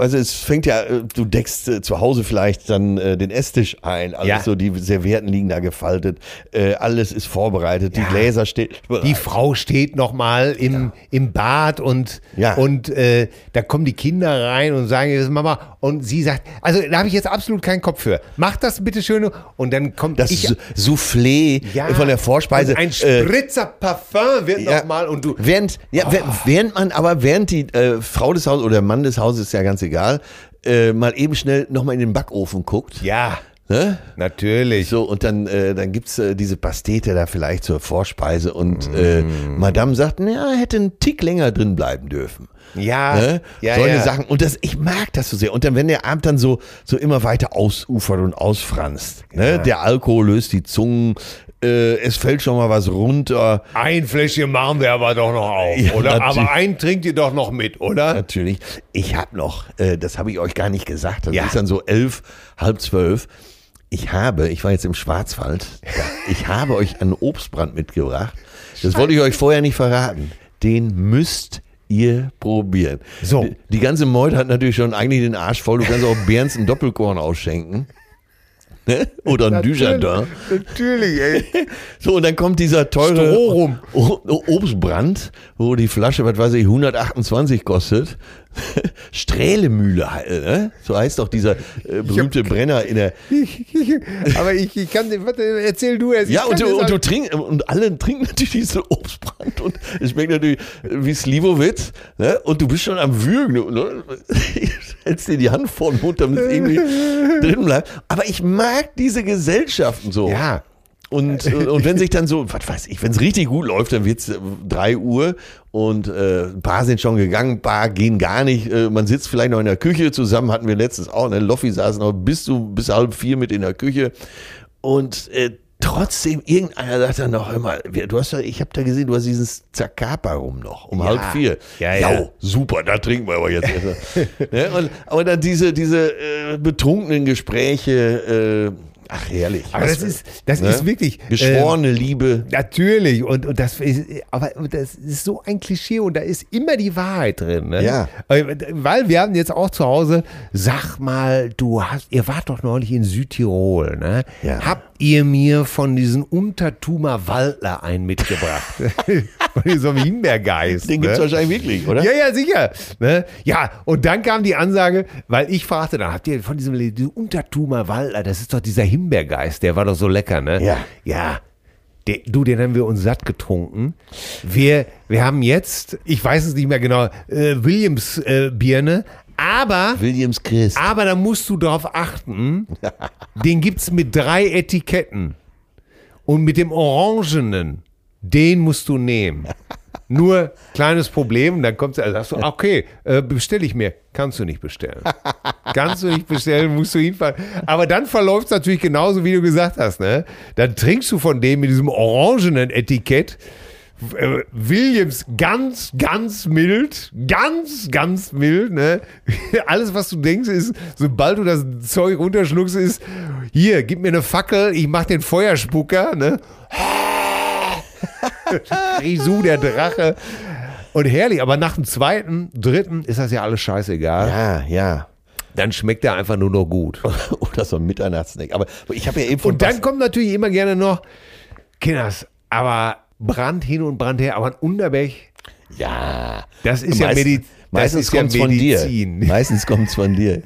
C: Also es fängt ja, äh, du deckst äh, zu Hause vielleicht dann äh, den Esstisch ein, alles
B: Ja.
C: so, die Servietten liegen da gefaltet, äh, alles ist vorbereitet, die Gläser stehen bereit.
B: Die Frau steht nochmal im, im Bad und,
C: Ja.
B: und äh, da kommen die Kinder rein und sagen, das ist Mama. Und sie sagt, also da habe ich jetzt absolut keinen Kopf für. Mach das bitte schön. Und dann kommt
C: das
B: ich,
C: Sou- Soufflé
B: Ja.
C: von der Vorspeise.
B: Und ein
C: äh,
B: Spritzer Parfum wird
C: Ja.
B: nochmal und du. Ah.
C: Während, ja, wäh- während man, aber während die äh, Frau des Hauses oder der Mann des Hauses ist ja ganz egal, äh, mal eben schnell nochmal in den Backofen guckt.
B: Ja,
C: Ne?
B: natürlich.
C: So, und dann, äh, dann gibt's äh, diese Pastete da vielleicht zur Vorspeise und äh,
B: Mm.
C: Madame sagt, naja, hätte einen Tick länger drin bleiben dürfen.
B: Ja,
C: Ne?
B: Ah, ja,
C: Solche
B: ja.
C: Sachen. Und das, ich mag das so sehr. Und dann, wenn der Abend dann so, so immer weiter ausufert und ausfranst. Ne? Der Alkohol löst die Zungen, äh, es fällt schon mal was runter.
B: Ein Fläschchen machen wir aber doch noch auf,
C: Ja,
B: oder?
C: natürlich.
B: Aber einen trinkt ihr doch noch mit, oder?
C: Natürlich. Ich habe noch, äh, das habe ich euch gar nicht gesagt, das
B: Ja.
C: ist dann so elf, halb zwölf. Ich habe, ich war jetzt im Schwarzwald, ich habe euch einen Obstbrand mitgebracht. Das wollte ich euch vorher nicht verraten. Den müsst ihr probieren.
B: So.
C: Die, die ganze Meute hat natürlich schon eigentlich den Arsch voll. Du kannst auch Berns ein Doppelkorn ausschenken. Ne? Oder ein Dujardin.
B: Natürlich, ey.
C: So, und dann kommt dieser teure
B: Stroh rum.
C: O- O- Obstbrand, wo die Flasche, was weiß ich, 128 kostet. Strählemühle, he- ne? so heißt doch dieser äh, berühmte Brenner in der.
B: aber ich, ich kann dir, warte, erzähl du erst.
C: Ja,
B: Ich
C: und,
B: kann
C: du-
B: dir
C: und du
B: sagen-
C: trinkst, und alle trinken natürlich diesen Obstbrand und es schmeckt natürlich äh, wie Slivovitz, ne? Und du bist schon am Würgen, du- ne? Hältst dir die Hand vor den Mund, damit es irgendwie drin bleibt. Aber ich mag diese Gesellschaften so.
B: Ja.
C: Und, äh, und, und wenn sich dann so, was weiß ich, wenn es richtig gut läuft, dann wird's äh, 3 Uhr und äh, ein paar sind schon gegangen, ein paar gehen gar nicht. Äh, man sitzt vielleicht noch in der Küche zusammen, hatten wir letztens auch, ne? Loffi saß noch bis, zu, bis halb vier mit in der Küche. Und äh, trotzdem, irgendeiner sagt dann noch immer, du hast doch, ich habe da gesehen, du hast dieses Zacapa rum noch, um halb vier.
B: Ja, ja.
C: Jau, super, da trinken wir aber jetzt. ne? und, aber dann diese, diese äh, betrunkenen Gespräche, äh, ach herrlich.
B: Aber
C: Was
B: das
C: für-
B: ist, das
C: Ne?
B: ist wirklich. ähm,
C: Geschworene Liebe.
B: Natürlich, und, und das ist, aber das ist so ein Klischee und da ist immer die Wahrheit drin. Ne?
C: Ja.
B: Äh, Weil wir haben jetzt auch zu Hause, sag mal, du hast, ihr wart doch neulich in Südtirol, ne?
C: Ja.
B: Habt ihr mir von diesen Untertumer Waldler einen mitgebracht. von diesem Himbeergeist.
C: Den
B: ne?
C: gibt es wahrscheinlich wirklich, oder?
B: Ja, ja, sicher. Ne? Ja, und dann kam die Ansage, weil ich fragte dann, habt ihr von diesem Le- diesem Untertumer Waldler, das ist doch dieser Himbeergeist, der war doch so lecker, ne?
C: Ja.
B: Ja. Der, du, den haben wir uns satt getrunken. Wir, wir haben jetzt, ich weiß es nicht mehr genau, äh, Williams äh, Birne, aber,
C: Williams Christ.
B: aber da musst du darauf achten, den gibt's mit drei Etiketten. Und mit dem Orangenen, den musst du nehmen. Nur kleines Problem, dann kommt also sagst du, okay, äh, bestelle ich mir. Kannst du nicht bestellen. Kannst du nicht bestellen, musst du hinfahren. Aber dann verläuft es natürlich genauso, wie du gesagt hast. Ne? Dann trinkst du von dem mit diesem orangenen Etikett. äh, Williams ganz, ganz mild, ganz, ganz mild. Ne? Alles, was du denkst, ist, sobald du das Zeug runterschluckst, ist, hier, gib mir eine Fackel, ich mach den Feuerspucker. Ne? Risu, der Drache. Und herrlich, aber nach dem zweiten, dritten ist das ja alles scheißegal.
C: Ja, ja.
B: Dann schmeckt er einfach nur noch gut.
C: Oder so ein Mitternachtssnack. Aber ich habe ja eben von
B: Und dann kommt natürlich immer gerne noch, Kinders, aber Brand hin und Brand her, aber ein Unterberg,
C: Bas- ja.
B: das ist ja,
C: Meist-
B: Medi das
C: meistens
B: ist ja
C: kommt es von dir.
B: Medizin.
C: Meistens kommt es von dir.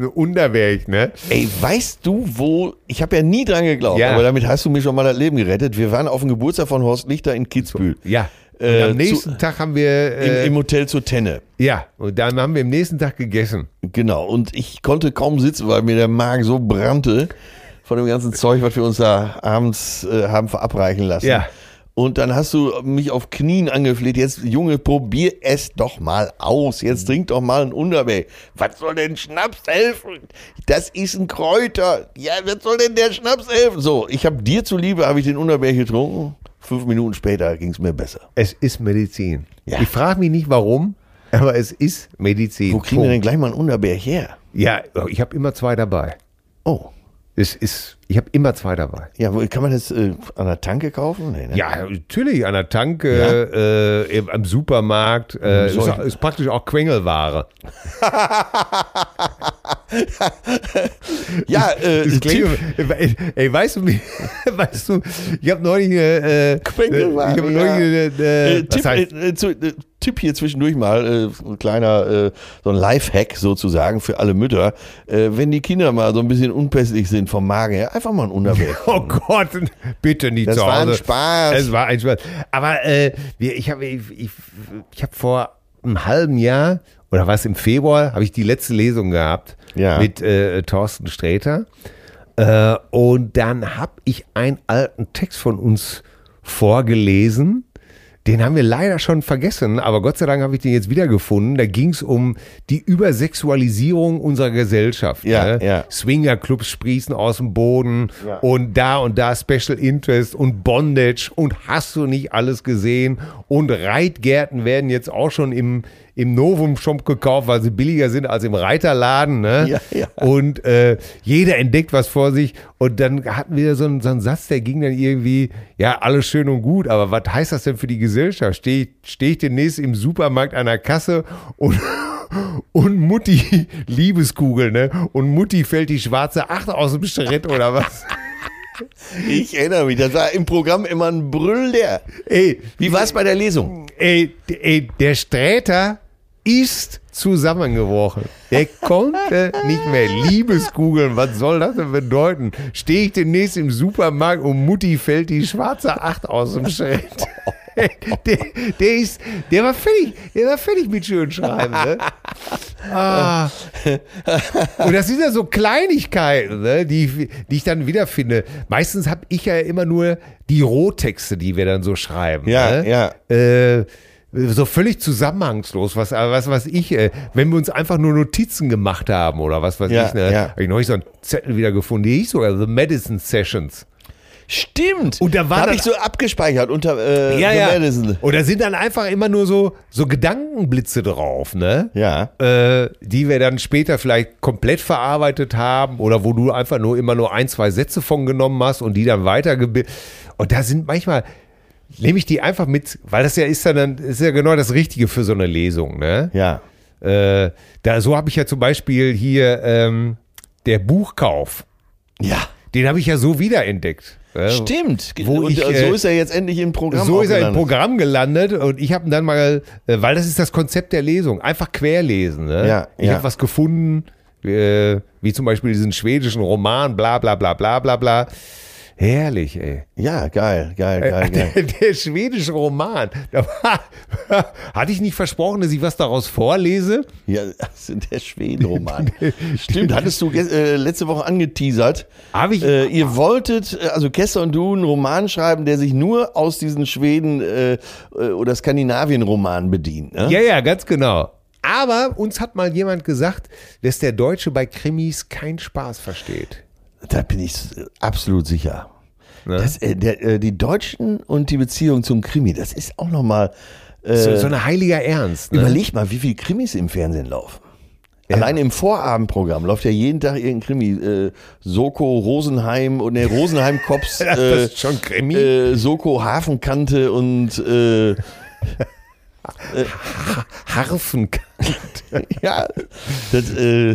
B: Ein Unterberg, ne?
C: Ey, weißt du, wo. Ich habe ja nie dran geglaubt,
B: Ja.
C: aber damit hast du mir schon mal das Leben gerettet. Wir waren auf dem Geburtstag von Horst Lichter in Kitzbühel.
B: Ja. Und
C: Äh,
B: am nächsten Tag haben wir,
C: Im,
B: äh,
C: Im Hotel zur Tenne.
B: ja, und dann haben wir am nächsten Tag gegessen.
C: Genau. Und ich konnte kaum sitzen, weil mir der Magen so brannte von dem ganzen Zeug, was wir uns da abends äh, haben verabreichen lassen.
B: Ja.
C: Und dann hast du mich auf Knien angefleht. Jetzt, Junge, probier es doch mal aus. Jetzt trink doch mal ein Unterweh. Was soll denn Schnaps helfen? Das ist ein Kräuter. Ja, was soll denn der Schnaps helfen? So, ich habe dir zuliebe, habe ich den Unterweh getrunken. Fünf Minuten später ging es mir besser.
B: Es ist Medizin.
C: Ja.
B: Ich frage mich nicht warum, aber es ist Medizin.
C: Wo kriegen wir denn gleich mal einen Unterbär her?
B: Ja, ich habe immer zwei dabei.
C: Oh,
B: Es ist, ich habe immer zwei dabei.
C: ja, wo- kann man das äh, an der Tanke kaufen? Nee, ne?
B: Ja, natürlich, an der Tanke, äh, im- am Supermarkt. Äh, ist,
C: solchen-
B: auch- ist praktisch auch Quengelware.
C: ja äh,
B: Das
C: Tipp.
B: klingt, ey, ey, weißt du, wie- weißt du, ich habe neulich eine. Äh,
C: Quengelware,
B: Ich habe
C: ja.
B: neulich eine.
C: Äh,
B: Äh, was
C: Tipp,
B: heißt,
C: äh, äh, zu, äh, Tipp hier zwischendurch mal, äh, ein kleiner äh, so ein Lifehack sozusagen für alle Mütter. Äh, wenn die Kinder mal so ein bisschen unpässlich sind vom Magen her, einfach mal ein Unterberg.
B: Oh Gott, bitte nicht
C: Das
B: zu Hause.
C: war ein Spaß.
B: Es war ein Spaß. Aber äh, wir- ich habe ich, ich, ich hab vor einem halben Jahr oder was im Februar habe ich die letzte Lesung gehabt
C: Ja.
B: mit äh, Thorsten Sträter. Äh, und dann habe ich einen alten Text von uns vorgelesen. Den haben wir leider schon vergessen, aber Gott sei Dank habe ich den jetzt wiedergefunden. Da ging es um die Übersexualisierung unserer Gesellschaft.
C: Ja,
B: ne?
C: ja.
B: Swingerclubs sprießen aus dem Boden
C: Ja.
B: und da und da Special Interest und Bondage und hast du nicht alles gesehen und Reitgärten werden jetzt auch schon im, im Novum Shop gekauft, weil sie billiger sind als im Reiterladen. Ne?
C: Ja, ja.
B: Und äh, jeder entdeckt was vor sich und dann hatten wir so einen, so einen Satz, der ging dann irgendwie, ja, alles schön und gut, aber was heißt das denn für die Gesellschaft? Stehe ich- stehe ich demnächst im Supermarkt an der Kasse und und Mutti Liebeskugel, ne? Und Mutti fällt die schwarze Acht aus dem Schritt oder was?
C: Ich erinnere mich, das war im Programm immer ein Brüller.
B: Ey,
C: Wie war es bei der Lesung?
B: ey, ey, der Sträter ist zusammengebrochen. Der konnte nicht mehr Liebeskugeln. Was soll das denn bedeuten? Stehe ich demnächst im Supermarkt und Mutti fällt die schwarze Acht aus dem Schritt. Der, der, ist, der war fertig, der war fertig mit schön schreiben, ne? Ah. Und das sind ja so Kleinigkeiten, ne, die, die ich dann wiederfinde. Meistens habe ich ja immer nur die Rohtexte, die wir dann so schreiben.
C: Ja,
B: ne?
C: ja.
B: Äh, so völlig zusammenhangslos, was, was, was ich, äh, wenn wir uns einfach nur Notizen gemacht haben oder was weiß
C: Ja,
B: ich, ne?
C: ja.
B: habe ich neulich so einen Zettel wieder gefunden, die hieß sogar The Medicine Sessions.
C: Stimmt.
B: Und da war
C: habe
B: dann-
C: ich so abgespeichert unter äh,
B: Ja,
C: The
B: ja.
C: Madison.
B: Und da sind dann einfach immer nur so, so Gedankenblitze drauf, ne?
C: Ja.
B: Äh, die wir dann später vielleicht komplett verarbeitet haben oder wo du einfach nur immer nur ein, zwei Sätze von genommen hast und die dann weitergebildet. Und da sind manchmal, nehme ich die einfach mit, weil das ja ist dann, dann ist ja genau das Richtige für so eine Lesung, ne?
C: Ja.
B: Äh, da, so habe ich ja zum Beispiel hier ähm, der Buchkauf.
C: Ja.
B: Den habe ich ja so wiederentdeckt. Ja,
C: Stimmt.
B: Wo
C: und
B: ich,
C: äh,
B: äh,
C: so ist er jetzt endlich im Programm.
B: So ist er im
C: aufgelandet.
B: Programm gelandet und ich habe dann mal, äh, weil das ist das Konzept der Lesung, einfach querlesen. Ne?
C: Ja,
B: ich
C: ja.
B: habe was gefunden, äh, wie zum Beispiel diesen schwedischen Roman, bla bla bla bla bla bla. Herrlich, ey.
C: Ja, geil,
B: Äh,
C: geil, geil, geil.
B: Der, der schwedische Roman. Da war, hatte ich nicht versprochen, dass ich was daraus vorlese?
C: Ja, also der Schweden-Roman. Stimmt, hattest du ges- äh, letzte Woche angeteasert.
B: Hab ich-
C: Äh, ihr wolltet, äh, also Kessler und du, einen Roman schreiben, der sich nur aus diesen Schweden- äh, äh, oder Skandinavien-Romanen bedient. Ne?
B: Ja, ja, ganz genau. Aber uns hat mal jemand gesagt, dass der Deutsche bei Krimis keinen Spaß versteht.
C: Da bin ich s- absolut sicher.
B: Ne?
C: Das, äh, der, äh, die Deutschen und die Beziehung zum Krimi, das ist auch nochmal. Äh,
B: So, so ein heiliger Ernst. Ne?
C: Überleg mal, wie viel Krimis im Fernsehen laufen. Allein im Vorabendprogramm läuft ja jeden Tag irgendein Krimi. Äh, Soko, Rosenheim und ne, Rosenheim Cops.
B: Das
C: äh,
B: ist schon Krimi.
C: Äh, Soko, Hafenkante und äh,
B: Harfen.
C: ja, das, äh,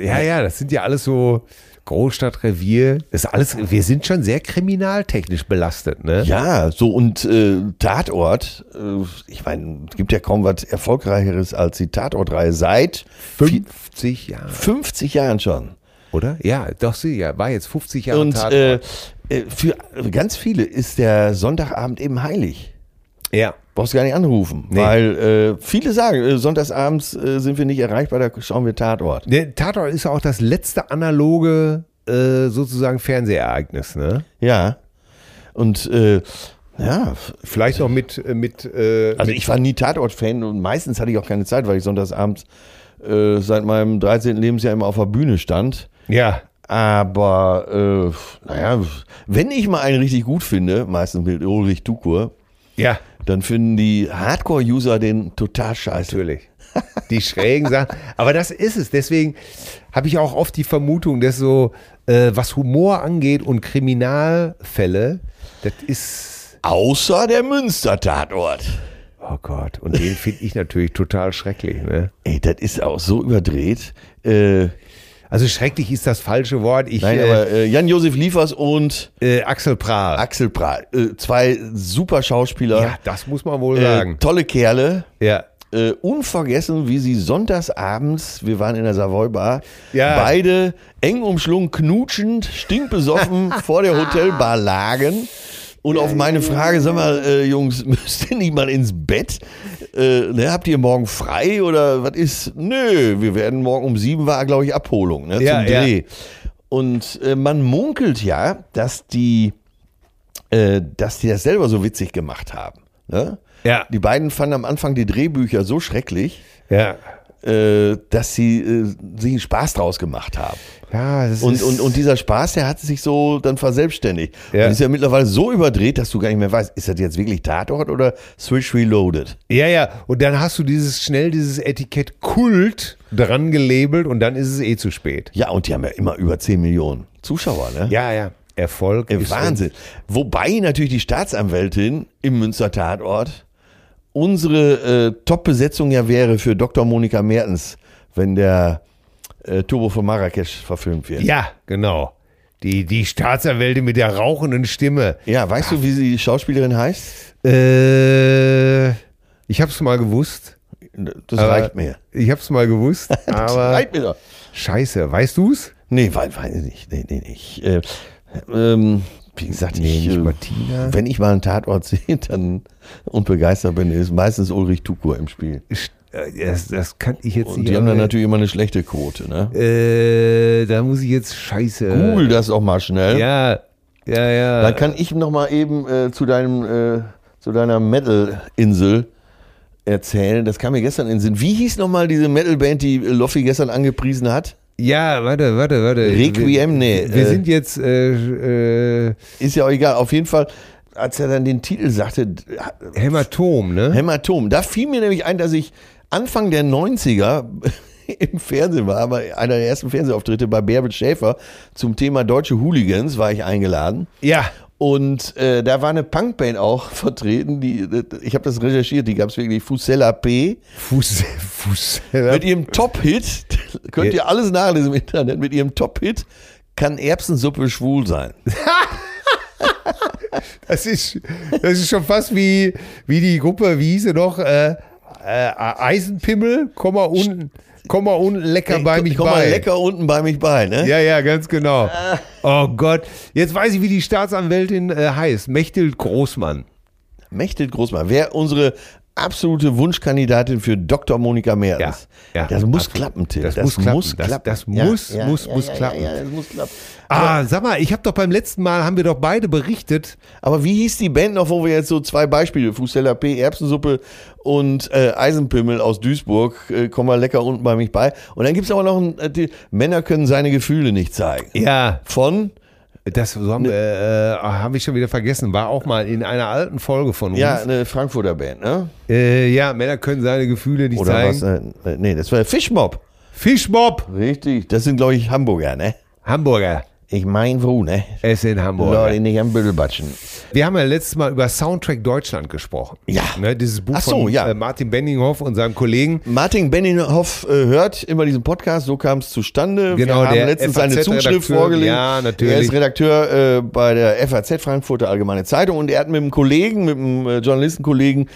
B: Ja, ja, das sind ja alles so Großstadtrevier. Das Ist alles, wir sind schon sehr kriminaltechnisch belastet, ne?
C: ja, so und äh, Tatort. Äh, ich meine, es gibt ja kaum was Erfolgreicheres als die Tatortreihe seit vi-
B: 50 Jahre,
C: 50 Jahren schon.
B: oder? Ja, doch, sie ja, war jetzt 50 Jahre
C: und
B: Tatort.
C: äh, äh, für ganz viele ist der Sonntagabend eben heilig.
B: ja.
C: Brauchst gar nicht anrufen, weil äh, viele sagen, äh, sonntagsabends äh, sind wir nicht erreichbar, da schauen wir Tatort.
B: Der Tatort ist ja auch das letzte analoge äh, sozusagen Fernsehereignis, ne?
C: Ja. Und äh, ja, f-
B: Vielleicht noch mit, äh, mit, äh,
C: also
B: mit
C: ich war nie Tatort-Fan und meistens hatte ich auch keine Zeit, weil ich sonntagsabends äh, seit meinem 13. Lebensjahr immer auf der Bühne stand.
B: ja,
C: Aber äh, naja, wenn ich mal einen richtig gut finde, meistens mit Ulrich Dukur,
B: ja,
C: dann finden die Hardcore-User den total scheiße.
B: natürlich. Die schrägen Sachen. Aber das ist es. Deswegen habe ich auch oft die Vermutung, dass so, äh, was Humor angeht und Kriminalfälle, das ist.
C: Außer der Münster-Tatort.
B: Oh Gott. Und den finde ich natürlich total schrecklich. Ne?
C: Ey, das ist auch so überdreht. Äh,
B: Also schrecklich ist das falsche Wort. Ich,
C: nein,
B: äh,
C: aber äh, Jan-Josef Liefers und
B: äh, Axel Prahl.
C: Axel Prahl, äh, zwei super
B: ja,
C: Schauspieler,
B: das muss man wohl
C: äh,
B: sagen.
C: tolle Kerle.
B: Ja.
C: Äh, unvergessen, wie sie sonntagsabends, wir waren in der Savoy Bar,
B: Ja.
C: beide eng umschlungen, knutschend, stinkbesoffen vor der Hotelbar lagen. Und auf meine Frage, sag mal, äh, Jungs, müsst ihr nicht mal ins Bett? Äh, ne, habt ihr morgen frei oder was ist? Nö, wir werden morgen um sieben war, glaube ich, Abholung ne,
B: Ja,
C: zum
B: ja.
C: Dreh. Und äh, man munkelt ja, dass die, äh, dass die das selber so witzig gemacht haben. Ne?
B: Ja.
C: Die beiden fanden am Anfang die Drehbücher so schrecklich,
B: Ja.
C: äh, dass sie äh, sich einen Spaß draus gemacht haben.
B: Ja, das
C: Und,
B: ist,
C: und, und dieser Spaß, der hat sich so dann verselbstständigt.
B: Ja.
C: Und ist ja mittlerweile so überdreht, dass du gar nicht mehr weißt, ist das jetzt wirklich Tatort oder Switch Reloaded?
B: ja, ja. Und dann hast du dieses schnell dieses Etikett Kult dran gelabelt und dann ist es eh zu spät.
C: Ja, und die haben ja immer über 10 Millionen Zuschauer, ne?
B: Ja, ja. Erfolg.
C: Äh,
B: ist
C: Wahnsinn. Wobei natürlich die Staatsanwältin im Münster Tatort unsere äh, Top-Besetzung ja wäre für Dr. Monika Mertens, wenn der äh, Turbo von Marrakesch verfilmt wird.
B: Ja, genau. Die, die Staatsanwältin mit der rauchenden Stimme.
C: Ja, weißt du, wie sie die Schauspielerin heißt?
B: Äh, ich hab's mal gewusst.
C: Das
B: aber-
C: reicht mir.
B: Ich hab's mal gewusst,
C: Das
B: aber
C: reicht mir doch.
B: scheiße, weißt du's?
C: Nee, wei- weiß ich nicht. Nee, nee, nee. Ich, äh, ähm, wie gesagt, ich,
B: nicht
C: äh,
B: Martina.
C: wenn ich mal einen Tatort sehe dann, und begeistert bin, ist meistens Ulrich Tukur im Spiel.
B: Ich- äh, Das, das kann ich jetzt
C: Und
B: nicht.
C: die haben dann
B: aber-
C: natürlich immer eine schlechte Quote. Ne?
B: Äh, da muss ich jetzt scheiße.
C: Google das auch mal schnell.
B: Ja, ja, ja.
C: Dann kann ich noch mal eben äh, zu deinem äh, zu deiner Metal-Insel erzählen. Das kam mir gestern in den Sinn. Wie hieß noch mal diese Metal-Band, die Loffi gestern angepriesen hat?
B: ja, warte, warte, warte.
C: Requiem, nee.
B: Wir, wir
C: äh,
B: sind jetzt. Äh, äh,
C: ist ja auch egal. Auf jeden Fall, als er dann den Titel sagte, d-
B: äh, Hämatom, ne?
C: Hämatom, da fiel mir nämlich ein, dass ich Anfang der 90er im Fernsehen war, aber einer der ersten Fernsehauftritte bei Bärbel Schäfer zum Thema deutsche Hooligans war ich eingeladen.
B: ja.
C: Und äh, da war eine Punkband auch vertreten, die äh, ich habe das recherchiert, die gab es wirklich Fusella P
B: Fuß, Fuß.
C: mit ihrem Top-Hit, könnt ihr alles nachlesen im Internet, mit ihrem Top-Hit kann Erbsensuppe schwul sein.
B: Das ist, das ist schon fast wie, wie die Gruppe, wie hieß sie noch? Äh, äh, Eisenpimmel, komm mal unten, komm mal unten lecker bei mich
C: Komm
B: bei.
C: mal Äh, lecker unten bei mich bei, ne? Ah.
B: Ja, ja, ganz genau. Oh Gott. Jetzt weiß ich, wie die Staatsanwältin äh, heißt. Mechthild Großmann.
C: Mechthild Großmann, wer unsere absolute Wunschkandidatin für Dr. Monika Mehr
B: Ja,
C: ist.
B: ja,
C: das muss
B: absolut.
C: klappen, Till.
B: Das muss klappen. Das- das muss, muss, muss klappen.
C: Ja, ja, das muss klappen.
B: Ah, sag mal, ich habe doch beim letzten Mal, haben wir doch beide berichtet.
C: Aber wie hieß die Band noch, wo wir jetzt so zwei Beispiele, Fußteller P, Erbsensuppe und äh, Eisenpimmel aus Duisburg, äh, komm mal lecker unten bei mich bei. Und dann gibt's aber noch, ein, äh, die, Männer können seine Gefühle nicht zeigen.
B: Ja.
C: Von,
B: Das so
C: Ne.
B: haben, wir, äh, haben wir schon wieder vergessen. War auch mal in einer alten Folge von uns.
C: ja, eine Frankfurter Band, ne?
B: Äh, ja, Männer können seine Gefühle nicht
C: Oder
B: zeigen.
C: was? Äh, äh, nee, das war Fischmob.
B: Fischmob!
C: Richtig. Das sind, glaube ich, Hamburger, ne?
B: Hamburger.
C: Ich mein, wo, ne?
B: Es in Hamburg.
C: Leute, nicht am Büdelbatschen.
B: Wir haben ja letztes Mal über Soundtrack Deutschland gesprochen.
C: Ja.
B: Ne, dieses Buch
C: Ach so,
B: von
C: ja.
B: äh, Martin Benninghoff und seinem Kollegen.
C: Martin Benninghoff äh, hört immer diesen Podcast, so kam es zustande.
B: Genau,
C: Wir haben
B: der
C: letztens
B: FAZ
C: seine Zuschrift
B: Redakteur.
C: vorgelegt.
B: Ja, natürlich.
C: Er ist Redakteur äh, bei der FAZ Frankfurter Allgemeine Zeitung und er hat mit einem Kollegen, mit einem äh, Journalistenkollegen,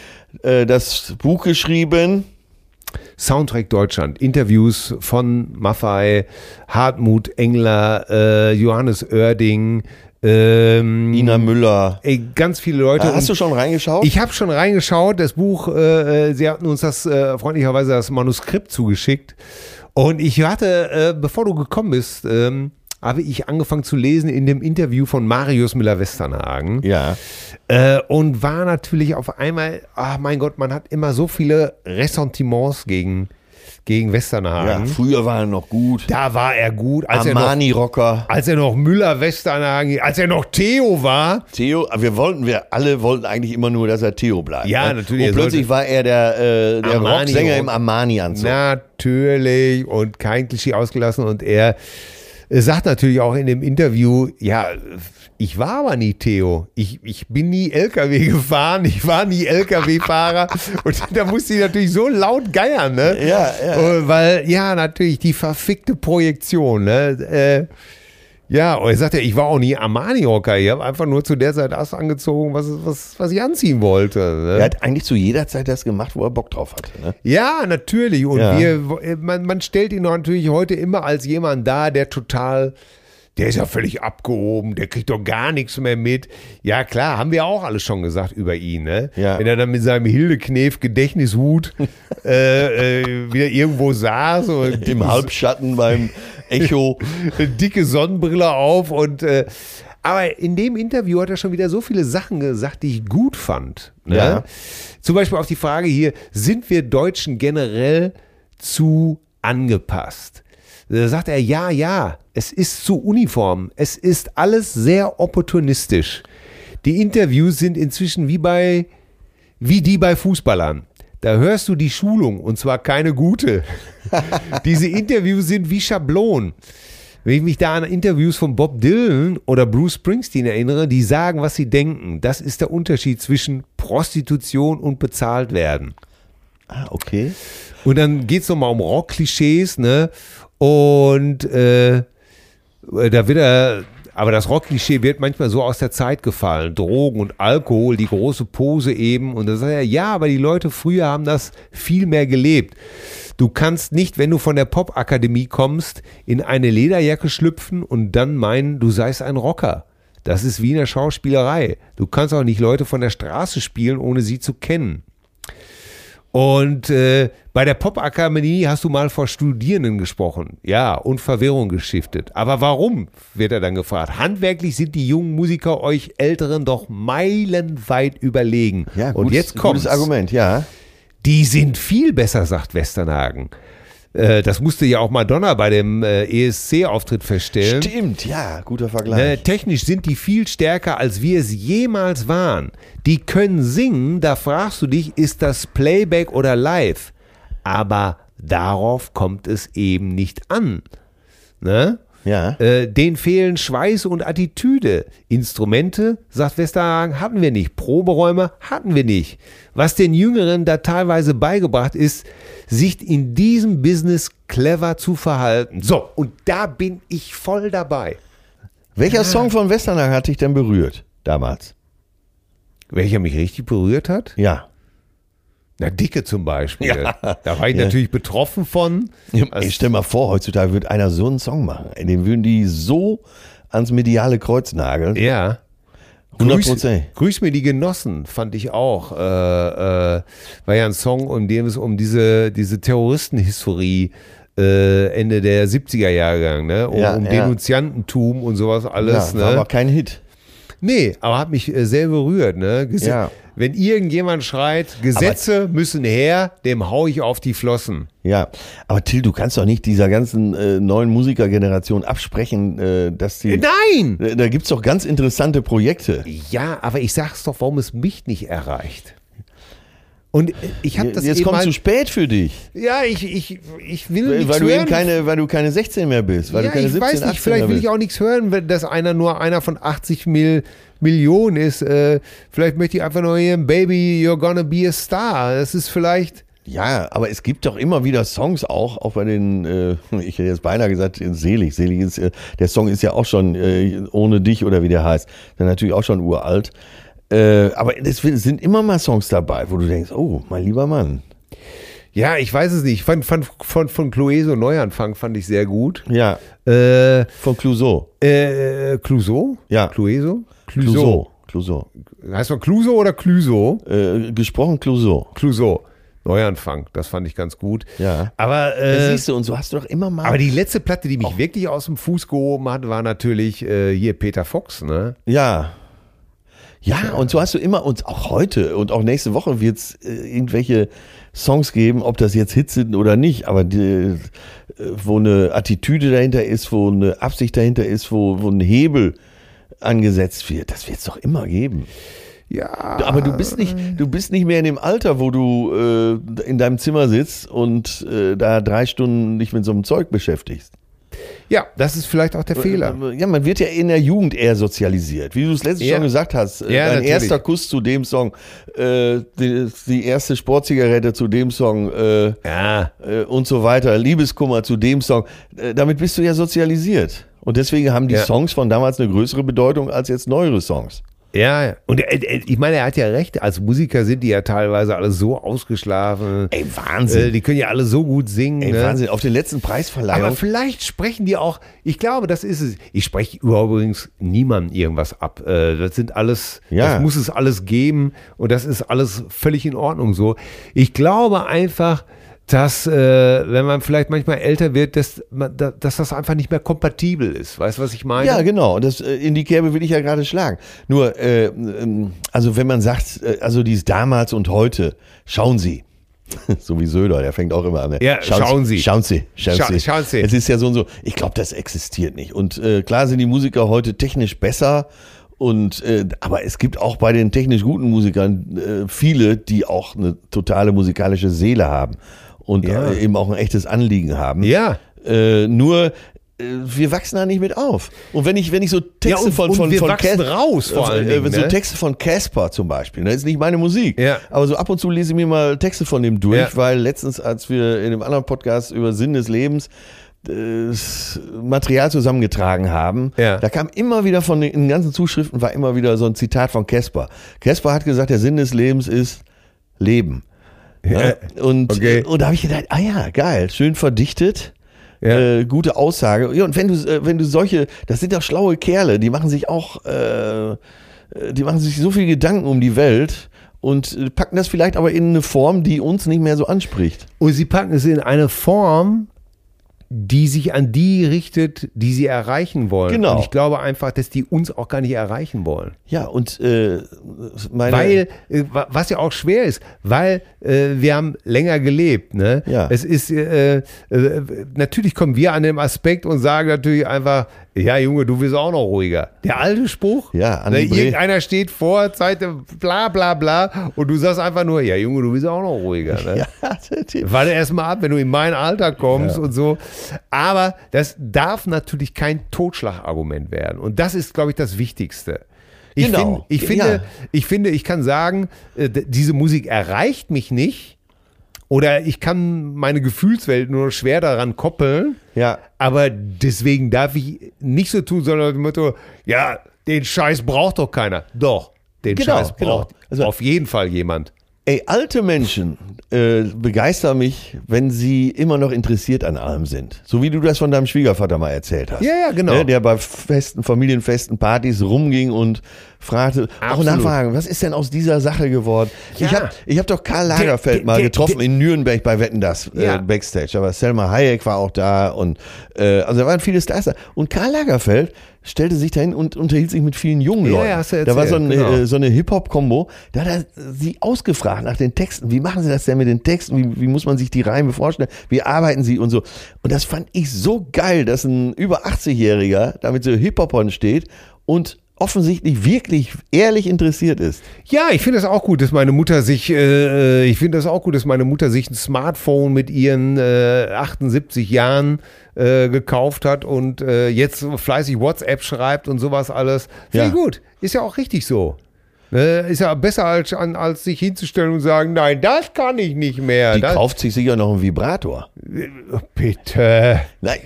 C: äh, das Buch geschrieben.
B: Soundtrack Deutschland. Interviews von Maffei, Hartmut Engler, äh, Johannes Oerding, ähm,
C: Ina Müller.
B: ey, ganz viele Leute.
C: Hast du schon reingeschaut?
B: Ich habe schon reingeschaut, das Buch, äh, äh, sie hatten uns das äh, freundlicherweise das Manuskript zugeschickt. Und ich hatte, äh, bevor du gekommen bist, ähm, habe ich angefangen zu lesen in dem Interview von Marius Müller-Westernhagen.
C: ja.
B: Äh, und war natürlich auf einmal, ah mein Gott, man hat immer so viele Ressentiments gegen, gegen
C: ja.
B: Westernhagen.
C: Früher war er noch gut.
B: Da war er gut, als er noch,
C: Armani-Rocker.
B: als er noch Müller-Westernhagen, als er noch Theo war.
C: Theo, wir wollten, wir alle wollten eigentlich immer nur, dass er Theo bleibt.
B: Ja,
C: ne?
B: natürlich, er
C: Und plötzlich war er der, äh, der
B: Armani-
C: Rocksänger im Armani-Anzug.
B: Natürlich und kein Klischee ausgelassen. Und er äh, sagt natürlich auch in dem Interview, ja, ich war aber nie Theo. Ich, ich bin nie LKW gefahren, ich war nie LKW-Fahrer. und da musste ich natürlich so laut geiern, ne?
C: Ja, ja.
B: Äh, Weil, ja, natürlich, die verfickte Projektion, ne? Äh, ja, und er sagt ja, ich war auch nie Armani-Rocker. Ich habe einfach nur zu der Zeit das angezogen, was, was, was ich anziehen wollte. Ne?
C: Er hat eigentlich zu jeder Zeit das gemacht, wo er Bock drauf hatte. Ne?
B: Ja, natürlich. Und
C: Ja.
B: wir, man, man stellt ihn natürlich heute immer als jemand da, der total, der ist ja völlig abgehoben, der kriegt doch gar nichts mehr mit. Ja, klar, haben wir auch alles schon gesagt über ihn, ne?
C: Ja.
B: Wenn er dann mit seinem Hildeknef Gedächtnishut äh, äh, wieder irgendwo saß und
C: Im Halbschatten beim Echo.
B: Äh, dicke Sonnenbrille auf und äh, aber in dem Interview hat er schon wieder so viele Sachen gesagt, die ich gut fand. Ne?
C: Ja.
B: Zum Beispiel auf die Frage hier, sind wir Deutschen generell zu angepasst? Da sagt er, ja, ja, es ist zu uniform. Es ist alles sehr opportunistisch. Die Interviews sind inzwischen wie bei, wie die bei Fußballern. Da hörst du die Schulung und zwar keine gute. Diese Interviews sind wie Schablonen. Wenn ich mich da an Interviews von Bob Dylan oder Bruce Springsteen erinnere, die sagen, was sie denken. Das ist der Unterschied zwischen Prostitution und bezahlt werden.
C: Ah, okay.
B: Und dann geht's nochmal um Rock-Klischees, ne? Und äh, da wird er, aber das Rock-Klischee wird manchmal so aus der Zeit gefallen. Drogen und Alkohol, die große Pose eben. Und da sagt er, ja, aber die Leute früher haben das viel mehr gelebt. Du kannst nicht, wenn du von der Popakademie kommst, in eine Lederjacke schlüpfen und dann meinen, du seist ein Rocker. Das ist wie in der Schauspielerei. Du kannst auch nicht Leute von der Straße spielen, ohne sie zu kennen. Und äh, bei der Popakademie hast du mal vor Studierenden gesprochen. Ja, und Verwirrung geschiftet. Aber warum, wird er dann gefragt. Handwerklich sind die jungen Musiker euch Älteren doch meilenweit überlegen.
C: Ja,
B: und
C: gutes,
B: jetzt kommt's.
C: Gutes Argument, ja.
B: Die sind viel besser, sagt Westernhagen. Äh, das musste ja auch Madonna bei dem äh, ESC-Auftritt feststellen.
C: Stimmt, ja, guter
B: Ne,
C: Vergleich.
B: technisch sind die viel stärker, als wir es jemals waren. Die können singen, da fragst du dich, ist das Playback oder live? Aber darauf kommt es eben nicht an. Ne?
C: Ja.
B: Äh, denen fehlen Schweiß und Attitüde. Instrumente, sagt Westerhagen, hatten wir nicht. Proberäume hatten wir nicht. Was den Jüngeren da teilweise beigebracht ist, sich in diesem Business clever zu verhalten. So, und da bin ich voll dabei.
C: Welcher Song von Westernhagen hat dich denn berührt damals?
B: Welcher mich richtig berührt hat?
C: Ja.
B: Na, Dicke zum Beispiel. Da war ich natürlich betroffen von.
C: Ey, stell mal vor, heutzutage würde einer so einen Song machen. Ey, Den würden die so ans mediale Kreuz nageln.
B: Ja.
C: 100
B: Grüß,
C: Prozent.
B: Grüß mir die Genossen, fand ich auch. Äh, äh, war ja ein Song, in dem es um diese, diese Terroristenhistorie äh, Ende der 70er Jahre ging, ne? Um,
C: Ja,
B: um
C: ja.
B: Denunziantentum und sowas alles.
C: Ja,
B: ne?
C: war aber kein Hit.
B: Nee, aber hat mich äh, sehr berührt. Ne? Ges
C: Ja.
B: Wenn irgendjemand schreit, Gesetze müssen her, dem hau ich auf die Flossen.
C: Ja, aber Till, du kannst doch nicht dieser ganzen äh, neuen Musikergeneration absprechen, äh, dass die.
B: Nein!
C: Äh, Da gibt's doch ganz interessante Projekte.
B: Ja, aber ich sag's doch, warum es mich nicht erreicht. Und äh, ich habe das
C: Jetzt
B: eben
C: kommt
B: mal,
C: zu spät für dich,
B: Ja, ich, ich, ich will
C: weil,
B: nichts
C: weil du
B: hören.
C: eben keine, weil du keine 16 mehr bist, weil
B: ja,
C: du keine
B: ich
C: 17,
B: weiß
C: 18
B: nicht, vielleicht
C: mehr
B: will
C: bist.
B: ich auch nichts hören, wenn- dass einer nur einer von 80 Mil Millionen ist. Äh, vielleicht möchte ich einfach nur hier, Baby, you're gonna be a star. Das ist vielleicht.
C: Ja, aber es gibt doch immer wieder Songs auch, auch bei den, äh, ich hätte jetzt beinahe gesagt, in selig. Selig ist, äh, der Song ist ja auch schon äh, ohne dich oder wie der heißt. Dann natürlich auch schon uralt. Äh, aber es sind immer mal Songs dabei, wo du denkst, oh, mein lieber Mann.
B: Ja, ich weiß es nicht. Ich fand, fand von, von Chloe so Neuanfang fand ich sehr gut.
C: Ja,
B: Äh,
C: von Clouseau.
B: äh, Clouseau?
C: Ja.
B: Clueso?
C: Clouseau. Clouseau.
B: Heißt man Clouseau oder Clueso?
C: Äh, gesprochen Clouseau.
B: Clouseau. Neuanfang, das fand ich ganz gut.
C: Ja.
B: Aber,
C: Das
B: äh,
C: siehst du, und so hast du Oh. doch immer mal.
B: aber die letzte Platte, die mich wirklich aus dem Fuß gehoben hat, war natürlich äh, hier Peter Fox, ne?
C: Ja. Ja, und so hast du immer, und auch heute und auch nächste Woche wird es äh, irgendwelche Songs geben, ob das jetzt Hits sind oder nicht, aber die, äh, wo eine Attitüde dahinter ist, wo eine Absicht dahinter ist, wo, wo ein Hebel angesetzt wird, das wird es doch immer geben.
B: Ja.
C: Aber du bist nicht, du bist nicht mehr in dem Alter, wo du äh, in deinem Zimmer sitzt und äh, da drei Stunden dich mit so einem Zeug beschäftigst.
B: Ja, das ist vielleicht
C: Äh,
B: auch der Fehler.
C: Ja, man wird ja in der Jugend eher sozialisiert. Wie du es letztes
B: Ja.
C: schon gesagt hast, äh,
B: Ja,
C: dein
B: natürlich.
C: erster Kuss zu dem Song, äh, die, die erste Sportzigarette zu dem Song äh,
B: Ja.
C: äh, und so weiter, Liebeskummer zu dem Song. Äh, damit bist du ja sozialisiert. Und deswegen haben die
B: Ja.
C: Songs von damals eine größere Bedeutung als jetzt neuere Songs.
B: Ja, ja. und äh, äh, ich meine, er hat ja recht. Als Musiker sind die ja teilweise alle so ausgeschlafen.
C: Ey,
B: Äh,
C: Wahnsinn.
B: die können ja alle so gut singen.
C: Ey,
B: ne?
C: Wahnsinn. Auf den letzten
B: Aber
C: Preisverleihung.
B: vielleicht sprechen die auch, ich glaube, das ist es. Ich spreche übrigens niemandem irgendwas ab. Äh, Das sind alles,
C: Ja.
B: das muss es alles geben und das ist alles völlig in Ordnung so. Ich glaube einfach, dass, äh, wenn man vielleicht manchmal älter wird, dass, man, da- dass das einfach nicht mehr kompatibel ist. Weißt du, was ich meine?
C: Ja, genau. Und das, äh, in die Kerbe will ich ja gerade schlagen. Nur, äh, ähm, also wenn man sagt, äh, also dies damals und heute, schauen Sie. So wie Söder, der fängt auch immer an. ne?
B: Ja, schauen Sie.
C: Schauen Sie. Schauen
B: Scha-
C: Sie.
B: schauen Sie.
C: Es ist ja so und so. Ich glaube, das existiert nicht. Und äh, klar sind die Musiker heute technisch besser. Und äh, aber es gibt auch bei den technisch guten Musikern äh, viele, die auch eine totale musikalische Seele haben und
B: Ja.
C: äh, eben auch ein echtes Anliegen haben.
B: Ja.
C: Äh, nur äh, wir wachsen da nicht mit auf. Und wenn ich, wenn ich so Texte
B: Ja, und-
C: von,
B: und
C: von,
B: wir
C: von
B: wachsen raus vor allen
C: äh,
B: Dingen,
C: so
B: ne?
C: Texte von Casper zum Beispiel, ne? das ist nicht meine Musik,
B: Ja.
C: aber so ab und zu lese ich mir mal Texte von dem durch,
B: Ja.
C: weil letztens, als wir in einem anderen Podcast über Sinn des Lebens äh, das Material zusammengetragen haben,
B: Ja.
C: da kam immer wieder von den, in den ganzen Zuschriften war immer wieder so ein Zitat von Casper. Casper hat gesagt, der Sinn des Lebens ist Leben. Ja. Und,
B: Okay.
C: und da habe ich gedacht, ah ja, geil, schön verdichtet.
B: Ja.
C: Äh, gute Aussage. Ja, und wenn du, äh, wenn du solche, das sind doch schlaue Kerle, die machen sich auch, äh, äh, die machen sich so viel Gedanken um die Welt und äh, packen das vielleicht aber in eine Form, die uns nicht mehr so anspricht.
B: Und sie packen es in eine Form, die sich an die richtet, die sie erreichen wollen.
C: Genau.
B: Und ich glaube einfach, dass die uns auch gar nicht erreichen wollen.
C: Ja, und äh, meine.
B: Weil, äh, wa- was ja auch schwer ist, weil äh, wir haben länger gelebt. Ne?
C: Ja.
B: Es ist, äh, äh, natürlich kommen wir an dem Aspekt und sagen natürlich einfach, ja Junge, du wirst auch noch ruhiger. Der alte Spruch,
C: Ja, an
B: ne,
C: die Bre-
B: irgendeiner steht vor, Seite, bla bla bla und du sagst einfach nur, ja Junge, du wirst auch noch ruhiger. Ne?
C: ja, die-
B: Warte erst mal ab, wenn du in mein Alter kommst und so. Aber das darf natürlich kein Totschlagargument werden. Und das ist, glaube ich, das Wichtigste. Ich,
C: Genau.
B: find, ich,
C: Ja.
B: finde, ich finde, ich kann sagen, äh, d- diese Musik erreicht mich nicht. Oder ich kann meine Gefühlswelt nur schwer daran koppeln.
C: Ja.
B: Aber deswegen darf ich nicht so tun, sondern dem Motto, ja, den Scheiß braucht doch keiner. Doch, den
C: Genau,
B: Scheiß
C: genau.
B: braucht
C: Also-
B: auf jeden Fall jemand.
C: Ey, alte Menschen äh, begeistern mich, wenn sie immer noch interessiert an allem sind. So wie du das von deinem Schwiegervater mal erzählt hast.
B: Ja, ja, genau.
C: Ne, der bei festen, familienfesten Partys rumging und fragte, auch
B: Absolut.
C: nachfragen, was ist denn aus dieser Sache geworden?
B: Ja.
C: Ich habe ich hab doch Karl Lagerfeld
B: der-
C: mal
B: der-
C: getroffen
B: der-
C: in Nürnberg bei Wetten, das äh,
B: Ja.
C: Backstage. Aber Selma Hayek war auch da und äh, also da waren viele Stars da. Und Karl Lagerfeld stellte sich dahin und unterhielt sich mit vielen jungen
B: Ja,
C: Leuten.
B: ja, hast du
C: da war so ein,
B: erzählt, genau.
C: äh, so eine Hip-Hop-Kombo, da hat er sie ausgefragt nach den Texten. Wie machen sie das denn mit den Texten? Wie, wie muss man sich die Reime vorstellen? Wie arbeiten sie und so? Und das fand ich so geil, dass ein über 80-Jähriger da mit so Hip-Hopern steht und offensichtlich wirklich ehrlich interessiert ist.
B: Ja, ich finde es auch gut, dass meine Mutter sich, äh, ich finde das auch gut, dass meine Mutter sich ein Smartphone mit ihren äh, 78 Jahren äh, gekauft hat und äh, jetzt so fleißig WhatsApp schreibt und sowas alles. Finde
C: Ja.
B: ich gut. Ist ja auch richtig so. Ne? Ist ja besser, als, an, als sich hinzustellen und sagen, nein, das kann ich nicht mehr.
C: Die
B: das,
C: kauft sich sicher noch einen Vibrator.
B: bitte.
C: Nein,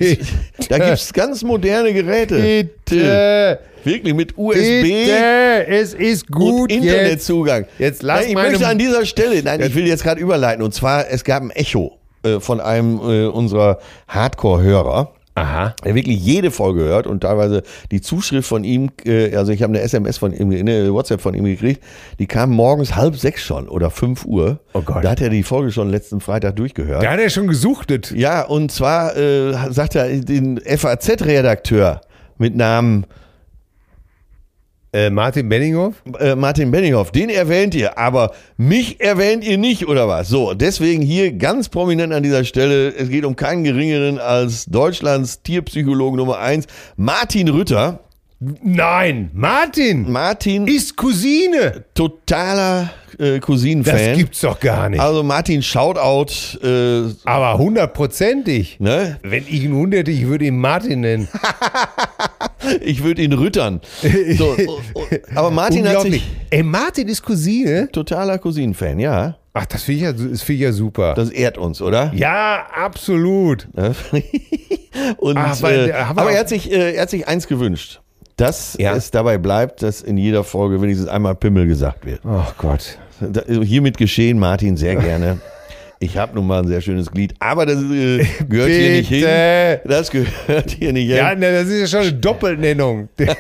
C: da gibt's ganz moderne
B: Äh,
C: Geräte.
B: Bitte.
C: Wirklich mit USB.
B: Bitte. Es ist
C: und
B: gut jetzt.
C: Internetzugang.
B: Jetzt lass
C: nein, ich
B: meine-
C: möchte an dieser Stelle, nein, ich will jetzt gerade überleiten. Und zwar, es gab ein Echo äh, von einem äh, unserer Hardcore-Hörer.
B: Aha.
C: Der wirklich jede Folge hört und teilweise die Zuschrift von ihm, äh, also ich habe eine SMS von ihm, eine WhatsApp von ihm gekriegt, die kam morgens halb sechs schon oder fünf Uhr.
B: Oh Gott.
C: Da hat er die Folge schon letzten Freitag durchgehört.
B: Da hat er schon gesuchtet.
C: Ja, und zwar äh, sagt er den FAZ-Redakteur mit Namen
B: Äh, Martin Benninghoff?
C: äh, Martin Benioff, den erwähnt ihr, aber mich erwähnt ihr nicht, oder was? So, deswegen hier ganz prominent an dieser Stelle, es geht um keinen geringeren als Deutschlands Tierpsychologen Nummer eins, Martin Rütter.
B: Nein, Martin
C: Martin ist
B: ist Cousine.
C: totaler äh,
B: Das
C: Cousinen-Fan.
B: gibt's doch gar nicht.
C: Also Martin, Shoutout, äh,
B: Aber hundertprozentig.
C: ne?
B: Wenn ich einen Hund hätte, ich würde ihn Martin nennen.
C: Ich würde ihn rüttern. So, oh, oh. aber Martin hat
B: Unglaublich.
C: sich...
B: Ey, Martin ist Cousine?
C: Totaler Cousinen-Fan, ja.
B: Ach, das finde ich, ja, das finde ich ja super.
C: Das ehrt uns, oder?
B: ja, absolut.
C: Ne? Und,
B: Ach, Ah, weil,
C: äh,
B: haben wir
C: aber
B: auch-
C: er hat, sich, äh, er hat sich eins gewünscht, dass
B: Ja.
C: es dabei bleibt, dass in jeder Folge wenigstens einmal Pimmel gesagt wird.
B: Ach Gott.
C: Da- also Hiermit geschehen, Martin, sehr gerne. Ich habe nun mal ein sehr schönes Glied, aber das äh, gehört hier nicht hin.
B: Bitte.
C: Das gehört hier nicht hin.
B: Ja, ne, das ist ja schon eine Doppelnennung. Das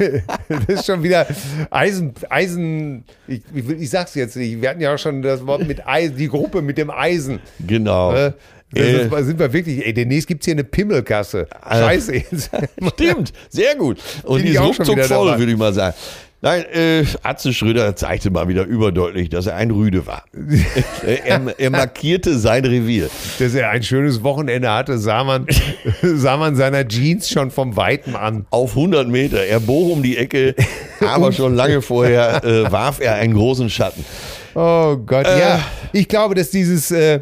B: ist schon wieder Eisen, Eisen, ich, ich, will- ich sag's jetzt nicht, wir hatten ja auch schon das Wort mit Eisen, die Gruppe mit dem Eisen.
C: Genau.
B: Äh, das
C: Äh,
B: ist, sind wir wirklich, ey, demnächst gibt's hier eine Pimmelkasse.
C: Ah.
B: Scheiße. jetzt.
C: Stimmt, sehr gut. Und
B: Bin
C: die
B: ich
C: ist
B: auch schon
C: ruckzuck
B: wieder
C: voll,
B: dabei.
C: würde ich mal sagen. Nein, äh, Atze Schröder zeigte mal wieder überdeutlich, dass er ein Rüde war. er, er markierte sein Revier.
B: Dass er ein schönes Wochenende hatte, sah man, sah man seiner Jeans schon vom Weiten an.
C: auf 100 Meter. Er bog um die Ecke, aber schon lange vorher äh, warf er einen großen Schatten.
B: Oh Gott,
C: Äh.
B: ja. Ich glaube, dass dieses, äh,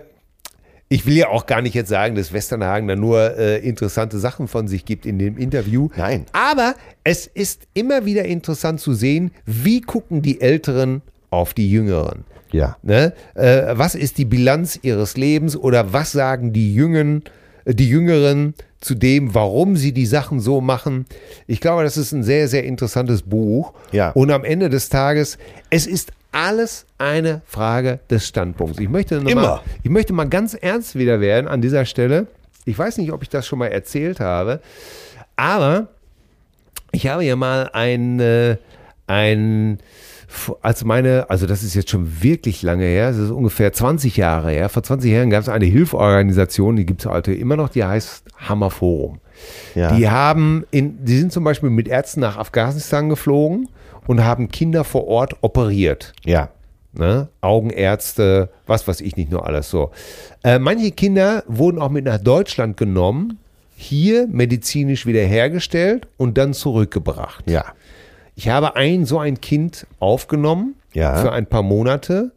B: ich will ja auch gar nicht jetzt sagen, dass Westernhagen da nur äh, interessante Sachen von sich gibt in dem Interview.
C: Nein.
B: Aber es ist immer wieder interessant zu sehen, wie gucken die Älteren auf die Jüngeren.
C: Ja.
B: Ne? Äh, was ist die Bilanz ihres Lebens oder was sagen die Jüngen, äh, die Jüngeren zu dem, warum sie die Sachen so machen? Ich glaube, das ist ein sehr, sehr interessantes Buch.
C: Ja.
B: Und am Ende des Tages, es ist alles eine Frage des Standpunkts. Ich möchte, noch
C: Immer.
B: Mal, ich möchte mal ganz ernst wieder werden an dieser Stelle. Ich weiß nicht, ob ich das schon mal erzählt habe, aber ich habe ja mal ein, äh, ein, als meine, also das ist jetzt schon wirklich lange her, es ist ungefähr 20 Jahre her. Vor 20 Jahren gab es eine Hilforganisation, die gibt es heute immer noch, die heißt Hammer Forum.
C: Ja.
B: Die haben, in, die sind zum Beispiel mit Ärzten nach Afghanistan geflogen und haben Kinder vor Ort operiert.
C: ja.
B: Ne? Augenärzte, was weiß ich nicht nur alles so. Äh, manche Kinder wurden auch mit nach Deutschland genommen, hier medizinisch wiederhergestellt und dann zurückgebracht.
C: Ja.
B: Ich habe ein so ein Kind aufgenommen
C: Ja.
B: für ein paar Monate,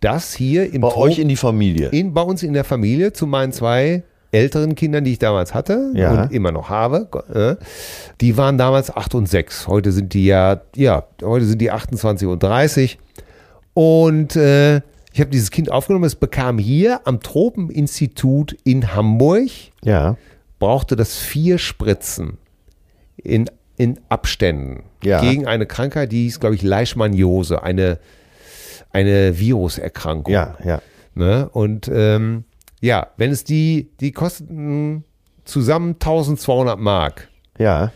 B: das hier im
C: Bei
B: Tro-
C: euch in die Familie.
B: in, bei uns in der Familie zu meinen zwei älteren Kindern, die ich damals hatte
C: Ja.
B: und immer noch habe, äh, die waren damals 8 und 6. Heute sind die ja, ja, heute sind die 28 und 30. Und äh, Ich habe dieses Kind aufgenommen, es bekam hier am Tropeninstitut in Hamburg,
C: Ja.
B: brauchte das vier Spritzen in, in Abständen
C: Ja.
B: gegen eine Krankheit, die hieß, glaube ich, Leishmaniose, eine, eine Viruserkrankung.
C: Ja, ja.
B: Ne? Und ähm, ja, wenn es die, die kosteten zusammen 1200 Mark.
C: Ja.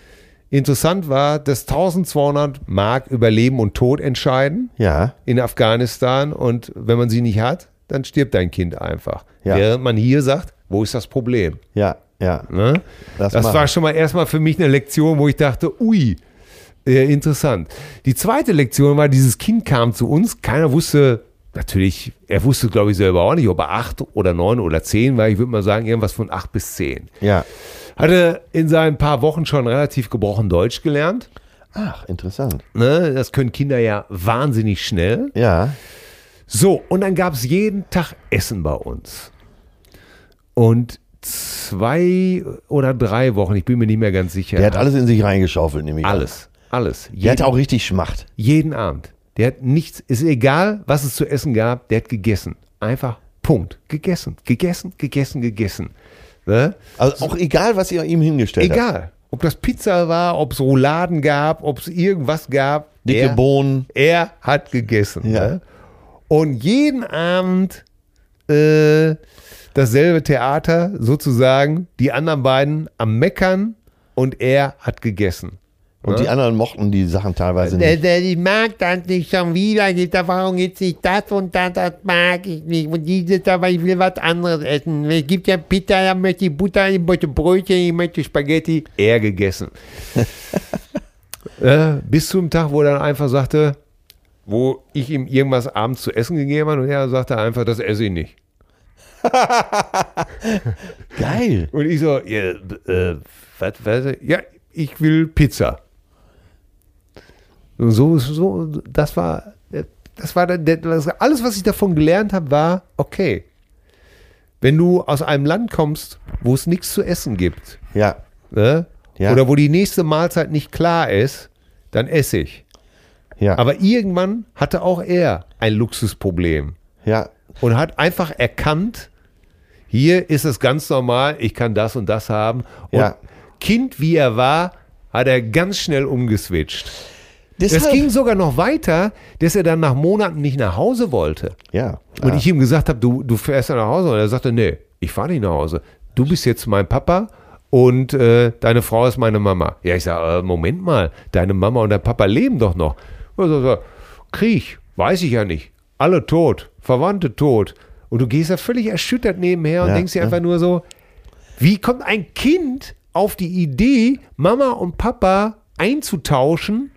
B: Interessant war, dass 1200 Mark über Leben und Tod entscheiden
C: Ja.
B: in Afghanistan und wenn man sie nicht hat, dann stirbt dein Kind einfach.
C: Ja.
B: Während man hier sagt, wo ist das Problem?
C: Ja. Ja.
B: Ne?
C: Lass
B: Das,
C: machen.
B: war schon mal erstmal für mich eine Lektion, wo ich dachte, ui, äh, interessant. Die zweite Lektion war, dieses Kind kam zu uns, keiner wusste, natürlich, er wusste, glaube ich, selber auch nicht, ob er acht oder neun oder zehn war, ich würde mal sagen, irgendwas von acht bis zehn.
C: Ja.
B: Hatte in seinen paar Wochen schon relativ gebrochen Deutsch gelernt.
C: Ach, interessant.
B: Ne? Das können Kinder ja wahnsinnig schnell.
C: Ja.
B: So, und dann gab es jeden Tag Essen bei uns. Und zwei oder drei Wochen, ich bin mir nicht mehr ganz sicher.
C: Der hat alles in sich reingeschaufelt, nämlich.
B: Alles. Alles.
C: Der hat
B: Jeden,
C: auch richtig Schmacht.
B: jeden Abend. Der hat nichts, ist egal, was es zu essen gab, der hat gegessen. Einfach Punkt. Gegessen, gegessen, gegessen, gegessen. Ne?
C: Also auch egal, was ihr ihm hingestellt habt.
B: Egal. Ob das Pizza war, ob es Rouladen gab, ob es irgendwas gab.
C: Dicke
B: er,
C: Bohnen.
B: er hat gegessen.
C: Ja.
B: Ne? Und jeden Abend äh, dasselbe Theater, sozusagen, die anderen beiden am Meckern und er hat gegessen.
C: Und die anderen mochten die Sachen
B: Also
C: teilweise
D: Also Der,
C: nicht.
D: der, ich mag das nicht schon wieder. Jetzt, warum jetzt nicht das und das, das mag ich nicht. Und dieses, aber ich will was anderes essen. Es gibt ja Pizza, da möchte ich Butter, ich möchte Brötchen, ich möchte Spaghetti.
B: er gegessen. äh, bis zum Tag, wo er dann einfach sagte, wo ich ihm irgendwas abends zu essen gegeben habe und er sagte einfach, das esse ich nicht.
C: äh, Geil.
B: Und ich so, ja, äh, was, was, ja ich will Pizza. Und so, so, das war, das war, der- der- das, alles, was ich davon gelernt habe, war, okay, wenn du aus einem Land kommst, wo es nichts zu essen gibt,
C: Ja.
B: ne?
C: Ja.
B: oder wo die nächste Mahlzeit nicht klar ist, dann esse ich.
C: Ja.
B: Aber irgendwann hatte auch er ein Luxusproblem
C: ja.
B: und hat einfach erkannt, hier ist es ganz normal, ich kann das und das haben. Und
C: Ja.
B: Kind wie er war, hat er ganz schnell umgeswitcht. Es
C: Deshalb-
B: ging sogar noch weiter, dass er dann nach Monaten nicht nach Hause wollte.
C: Ja.
B: Und
C: Ah.
B: ich ihm gesagt habe, du, du fährst ja nach Hause. Und er sagte, nee, ich fahre nicht nach Hause. Du bist jetzt mein Papa und äh, deine Frau ist meine Mama. Ja, ich sage, äh, Moment mal, deine Mama und dein Papa leben doch noch. Und er sagt, Krieg, weiß ich ja nicht. Alle tot, Verwandte tot. Und du gehst da völlig erschüttert nebenher und
C: Ja,
B: denkst dir
C: ja.
B: einfach nur so, wie kommt ein Kind auf die Idee, Mama und Papa einzutauschen?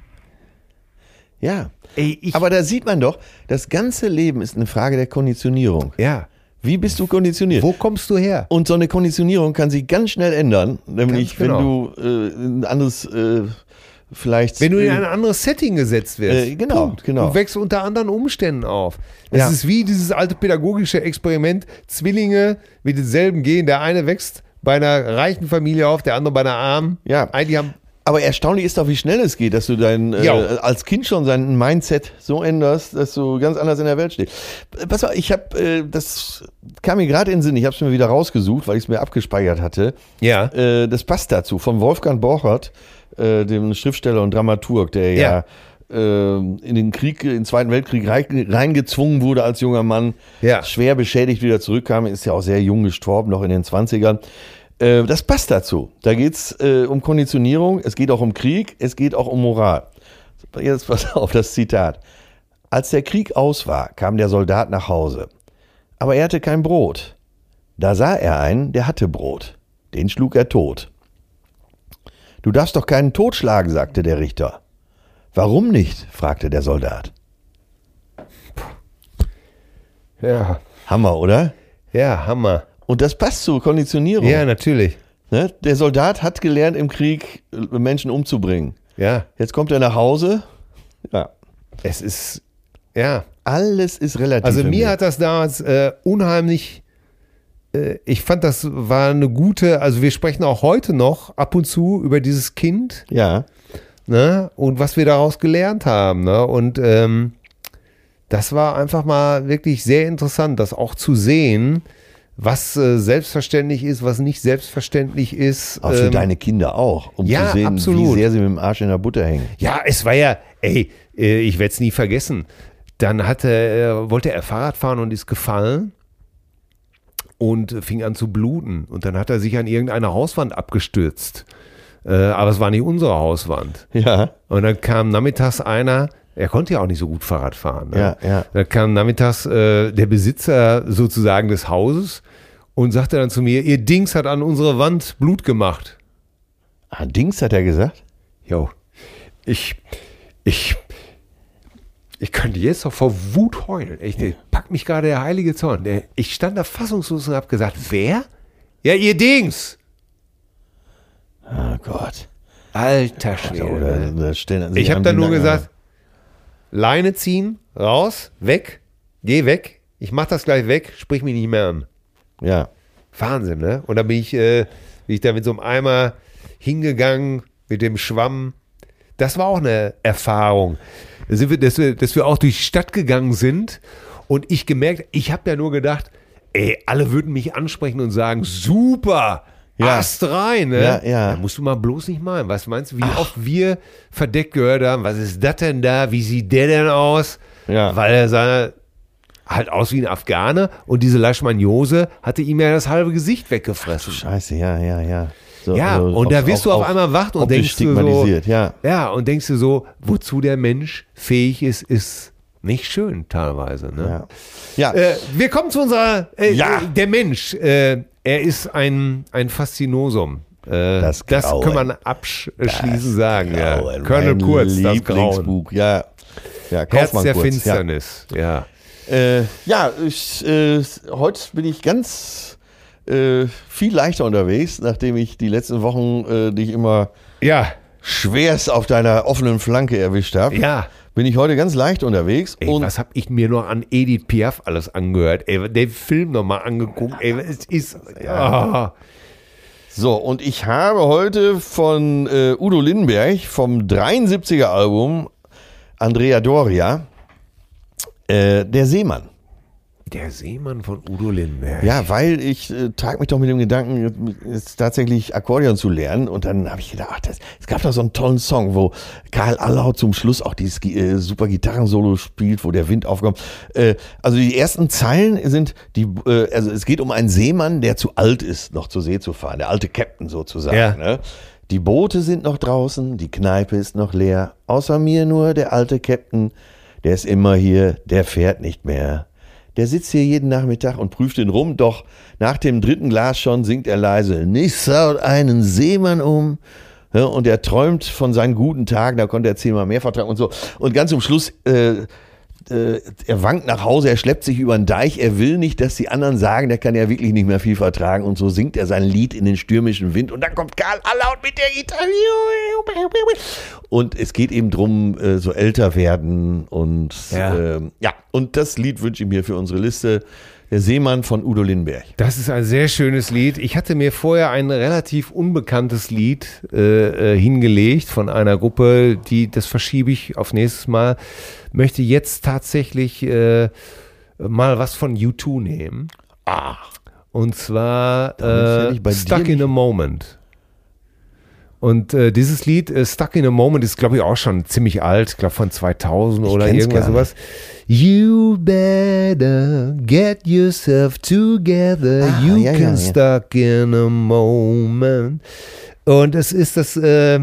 C: ja.
B: Ey, ich,
C: Aber da sieht man doch, das ganze Leben ist eine Frage der Konditionierung.
B: ja,
C: Wie bist du konditioniert?
B: wo kommst du her?
C: Und so eine Konditionierung kann sich ganz schnell ändern, nämlich
B: Ganz genau.
C: wenn du äh, ein anderes äh, vielleicht
B: Wenn du in
C: äh,
B: ein anderes Setting gesetzt wirst.
C: Äh, genau,
B: Punkt.
C: genau.
B: Du wächst unter anderen Umständen auf. Das
C: Ja.
B: ist wie dieses alte pädagogische Experiment: Zwillinge mit denselben Gen. Der eine wächst bei einer reichen Familie auf, der andere bei einer armen.
C: Ja.
B: Eigentlich haben.
C: aber erstaunlich ist doch, wie schnell es geht, dass du dein äh,
B: Ja.
C: als Kind schon sein Mindset so änderst, dass du ganz anders in der Welt stehst. Äh, Pass mal, ich habe äh, das kam mir gerade in den Sinn. Ich habe es mir wieder rausgesucht, weil ich es mir abgespeichert hatte.
B: Ja.
C: Äh, das passt dazu von Wolfgang Borchert, äh, dem Schriftsteller und Dramaturg, der ja,
B: Ja.
C: ähm, in den Krieg, in den Zweiten Weltkrieg rein- reingezwungen wurde als junger Mann,
B: Ja.
C: schwer beschädigt wieder zurückkam, ist ja auch sehr jung gestorben, noch in den 20ern. Äh, Das passt dazu. Da geht's äh, um Konditionierung, es geht auch um Krieg, es geht auch um Moral. Jetzt pass auf das Zitat. Als der Krieg aus war, kam der Soldat nach Hause. Aber er hatte kein Brot. Da sah er einen, der hatte Brot. Den schlug er tot. Du darfst doch keinen Tod schlagen, sagte der Richter. Warum nicht? fragte der Soldat.
B: Ja.
C: Hammer, oder?
B: Ja, Hammer.
C: Und das passt zur Konditionierung.
B: Ja, natürlich.
C: Ne? Der Soldat hat gelernt, im Krieg äh, Menschen umzubringen.
B: Ja.
C: Jetzt kommt er nach Hause. Ja.
B: Es ist. Ja.
C: Alles ist relativ.
B: Also
C: im
B: mir
C: Leben.
B: hat das damals äh, unheimlich. äh, Ich fand, das war eine gute, also wir sprechen auch heute noch ab und zu über dieses Kind,
C: Ja.
B: ne? und was wir daraus gelernt haben. Ne? Und ähm, das war einfach mal wirklich sehr interessant, das auch zu sehen, was äh, selbstverständlich ist, was nicht selbstverständlich ist.
C: Aber für
B: ähm,
C: deine Kinder auch, um
B: ja,
C: zu sehen,
B: absolut.
C: wie sehr sie mit dem Arsch in der Butter hängen.
B: Ja, es war ja, ey, äh, ich werde es nie vergessen. Dann hatte, äh, wollte er Fahrrad fahren und ist gefallen und äh, fing an zu bluten. Und dann hat er sich an irgendeine Hauswand abgestürzt. Äh, aber es war nicht unsere Hauswand.
C: Ja.
B: Und dann kam nachmittags einer, er konnte ja auch nicht so gut Fahrrad fahren. Ne?
C: Ja, ja.
B: Dann kam nachmittags äh, der Besitzer sozusagen des Hauses und sagte dann zu mir, ihr Dings hat an unsere Wand Blut gemacht.
C: Ah, Dings hat er gesagt.
B: Jo, ich, ich, ich könnte jetzt noch vor Wut heulen. Echt, der packt mich gerade der heilige Zorn. Der, ich stand da fassungslos und hab gesagt, wer? Ja, ihr Dings.
C: Oh Gott.
B: Alter
C: Ja, oder,
B: Schwede.
C: oder stellen an sich
B: Ich habe
C: an
B: dann
C: den
B: nur
C: Nacken.
B: gesagt, Leine ziehen, raus, weg, geh weg. Ich mach das gleich weg, sprich mich nicht mehr an.
C: Ja.
B: Wahnsinn, ne? Und dann bin ich, äh, bin ich da mit so einem Eimer hingegangen, mit dem Schwamm. Das war auch eine Erfahrung. Da sind wir, dass, wir, dass wir auch durch die Stadt gegangen sind und ich gemerkt, ich habe ja nur gedacht, ey, alle würden mich ansprechen und sagen, super,
C: Ja.
B: Ast rein, ne?
C: Ja, ja.
B: Da musst du mal bloß nicht malen. Was meinst du, wie oft wir verdeckt gehört haben, was ist das denn da, wie sieht der denn aus?
C: Ja.
B: Weil er sah, halt aus wie ein Afghane und diese Leishmaniose hatte ihm ja das halbe Gesicht weggefressen.
C: Scheiße, ja, ja, ja. So,
B: ja,
C: also
B: und da
C: auf-
B: wirst du auf, einmal wach und denkst
C: optisch
B: du so,
C: stigmatisiert, ja.
B: ja, und denkst du so, wozu der Mensch fähig ist, ist nicht schön teilweise. Ne?
C: Ja. ja.
B: Äh, wir kommen zu unserer, äh,
C: Ja.
B: äh, der Mensch, äh, er ist ein, ein Faszinosum. Äh,
C: Das Grauen.
B: kann man abschließend sagen. ja.
C: Grauen,
B: Colonel
C: Oh, mein
B: Kurz, das Grauen.
C: Lieblingsbuch, ja. Ja,
B: Herz
C: Kaufmann
B: der
C: Kurz, ja.
B: Finsternis. ja.
C: Äh, ja, ich, äh, heute bin ich ganz äh, viel leichter unterwegs, nachdem ich die letzten Wochen äh, dich immer
B: Ja,
C: schwerst auf deiner offenen Flanke erwischt habe.
B: ja.
C: Bin ich heute ganz leicht unterwegs
B: Ey,
C: und
B: was hab ich mir noch an Edith Piaf alles angehört? Ey, den Film nochmal angeguckt. Ey, es ist. Ah.
C: so und ich habe heute von äh, Udo Lindenberg vom 73er Album Andrea Doria äh, der Seemann.
B: der Seemann von Udo Lindenberg.
C: Ja, weil ich äh, trag mich doch mit dem Gedanken, jetzt tatsächlich Akkordeon zu lernen. Und dann habe ich gedacht, ach, das, es gab da so einen tollen Song, wo Karl Allau zum Schluss auch dieses Gi- äh, super Gitarrensolo spielt, wo der Wind aufkommt. Äh, also die ersten Zeilen sind die, äh, also es geht um einen Seemann, der zu alt ist, noch zur See zu fahren, der alte Captain sozusagen.
B: Ja.
C: Ne? Die Boote sind noch draußen, die Kneipe ist noch leer. Außer mir nur der alte Captain, der ist immer hier, der fährt nicht mehr. Der sitzt hier jeden Nachmittag und prüft ihn rum, doch nach dem dritten Glas schon singt er leise, nichts haut einen Seemann um. Ja, Und er träumt von seinen guten Tagen, da konnte er zehnmal mehr vertragen und so. Und ganz zum Schluss, äh, äh, er wankt nach Hause, er schleppt sich über den Deich, er will nicht, dass die anderen sagen, der kann ja wirklich nicht mehr viel vertragen und so singt er sein Lied in den stürmischen Wind und dann kommt Karl Allaut mit der Gitarre und es geht eben drum, äh, so älter werden und
B: Ja.
C: ja, ja. und das Lied wünsche ich mir für unsere Liste, der Seemann von Udo Lindenberg.
B: Das ist ein sehr schönes Lied. Ich hatte mir vorher ein relativ unbekanntes Lied äh, äh, hingelegt von einer Gruppe, die das verschiebe ich auf nächstes Mal. Möchte jetzt tatsächlich äh, mal was von U2 nehmen. Ah. Und zwar
C: hätte
B: äh,
C: ich bei dir
B: Stuck in
C: nicht-
B: a Moment. Und äh, dieses Lied äh, Stuck in a Moment ist, glaube ich, auch schon ziemlich alt, ich glaube von 2000 oder
C: kenn's
B: irgendwas
C: gar nicht.
B: sowas. You better get yourself together.
C: Ah,
B: you
C: ja, ja,
B: can
C: ja.
B: stuck in a moment. Und es ist das äh,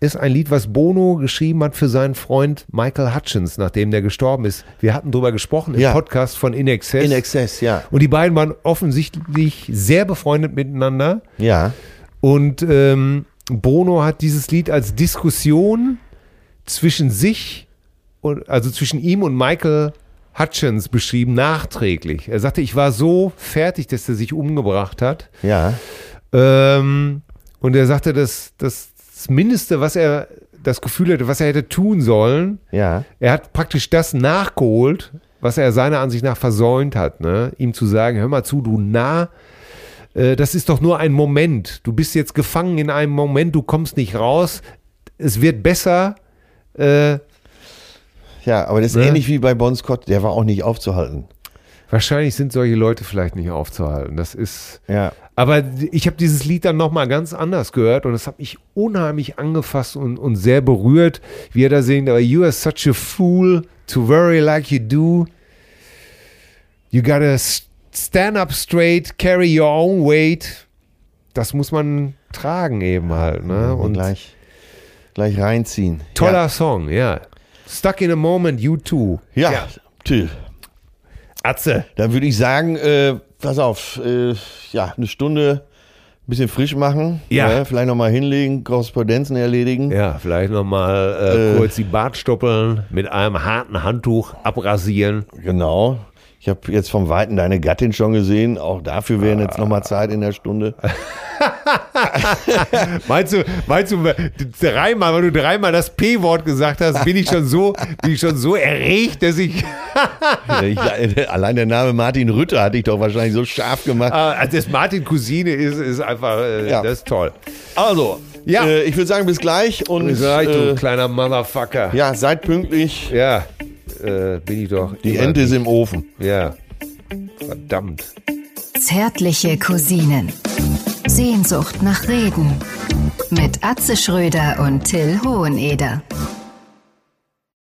B: ist ein Lied, was Bono geschrieben hat für seinen Freund Michael Hutchins, nachdem der gestorben ist. Wir hatten drüber gesprochen im
C: Ja.
B: Podcast von In Excess.
C: In Excess, ja.
B: Und die beiden waren offensichtlich sehr befreundet miteinander.
C: Ja.
B: Und ähm, Bono hat dieses Lied als Diskussion zwischen sich und also zwischen ihm und Michael Hutchins beschrieben, nachträglich. Er sagte, ich war so fertig, dass er sich umgebracht hat.
C: Ja.
B: Ähm, und er sagte, dass dass das Mindeste, was er das Gefühl hatte, was er hätte tun sollen,
C: Ja.
B: er hat praktisch das nachgeholt, was er seiner Ansicht nach versäumt hat. Ne? Ihm zu sagen, hör mal zu, du Narr, äh, das ist doch nur ein Moment. Du bist jetzt gefangen in einem Moment, du kommst nicht raus. Es wird besser. Äh,
C: Ja, aber das ist
B: Ne?
C: ähnlich wie bei Bon Scott, der war auch nicht aufzuhalten.
B: Wahrscheinlich sind solche Leute vielleicht nicht aufzuhalten. Das ist.
C: Ja.
B: Aber ich habe dieses Lied dann nochmal ganz anders gehört und es hat mich unheimlich angefasst und, und sehr berührt, wie er da singt, aber you are such a fool to worry like you do. You gotta s- stand up straight, carry your own weight. Das muss man tragen eben halt. Ne?
C: Und
B: Und
C: gleich, gleich reinziehen.
B: toller Song, ja. Stuck in a moment, you too.
C: Ja, ja. Till.
B: Atze.
C: Dann würde ich sagen, äh, pass auf, äh, ja, eine Stunde ein bisschen frisch machen.
B: Ja.
C: Ne? Vielleicht nochmal hinlegen, Korrespondenzen erledigen.
B: Ja, vielleicht nochmal äh,
C: Äh.
B: kurz die Bartstoppeln mit einem harten Handtuch abrasieren.
C: Genau. Ich habe jetzt vom Weiten deine Gattin schon gesehen. Auch dafür wären jetzt
B: Ah.
C: nochmal Zeit in der Stunde.
B: Meinst du, meinst du, dreimal, weil du dreimal das P-Wort gesagt hast, bin ich schon so, bin ich schon so erregt, dass ich, äh,
C: ich, allein der Name Martin Rütter hatte ich doch wahrscheinlich so scharf gemacht.
B: Ah, also dass Martin Cousine ist, ist einfach, äh,
C: Ja.
B: das ist toll.
C: Also,
B: Ja.
C: äh, ich würde sagen, bis gleich und
B: Sag ich, du
C: äh,
B: kleiner Motherfucker.
C: ja, seid pünktlich.
B: Ja, äh, bin ich doch.
C: Die
B: immer-
C: Ente ist im Ofen.
B: Ja. Verdammt.
A: Zärtliche Cousinen. Sehnsucht nach Reden. Mit Atze Schröder und Till Hoheneder.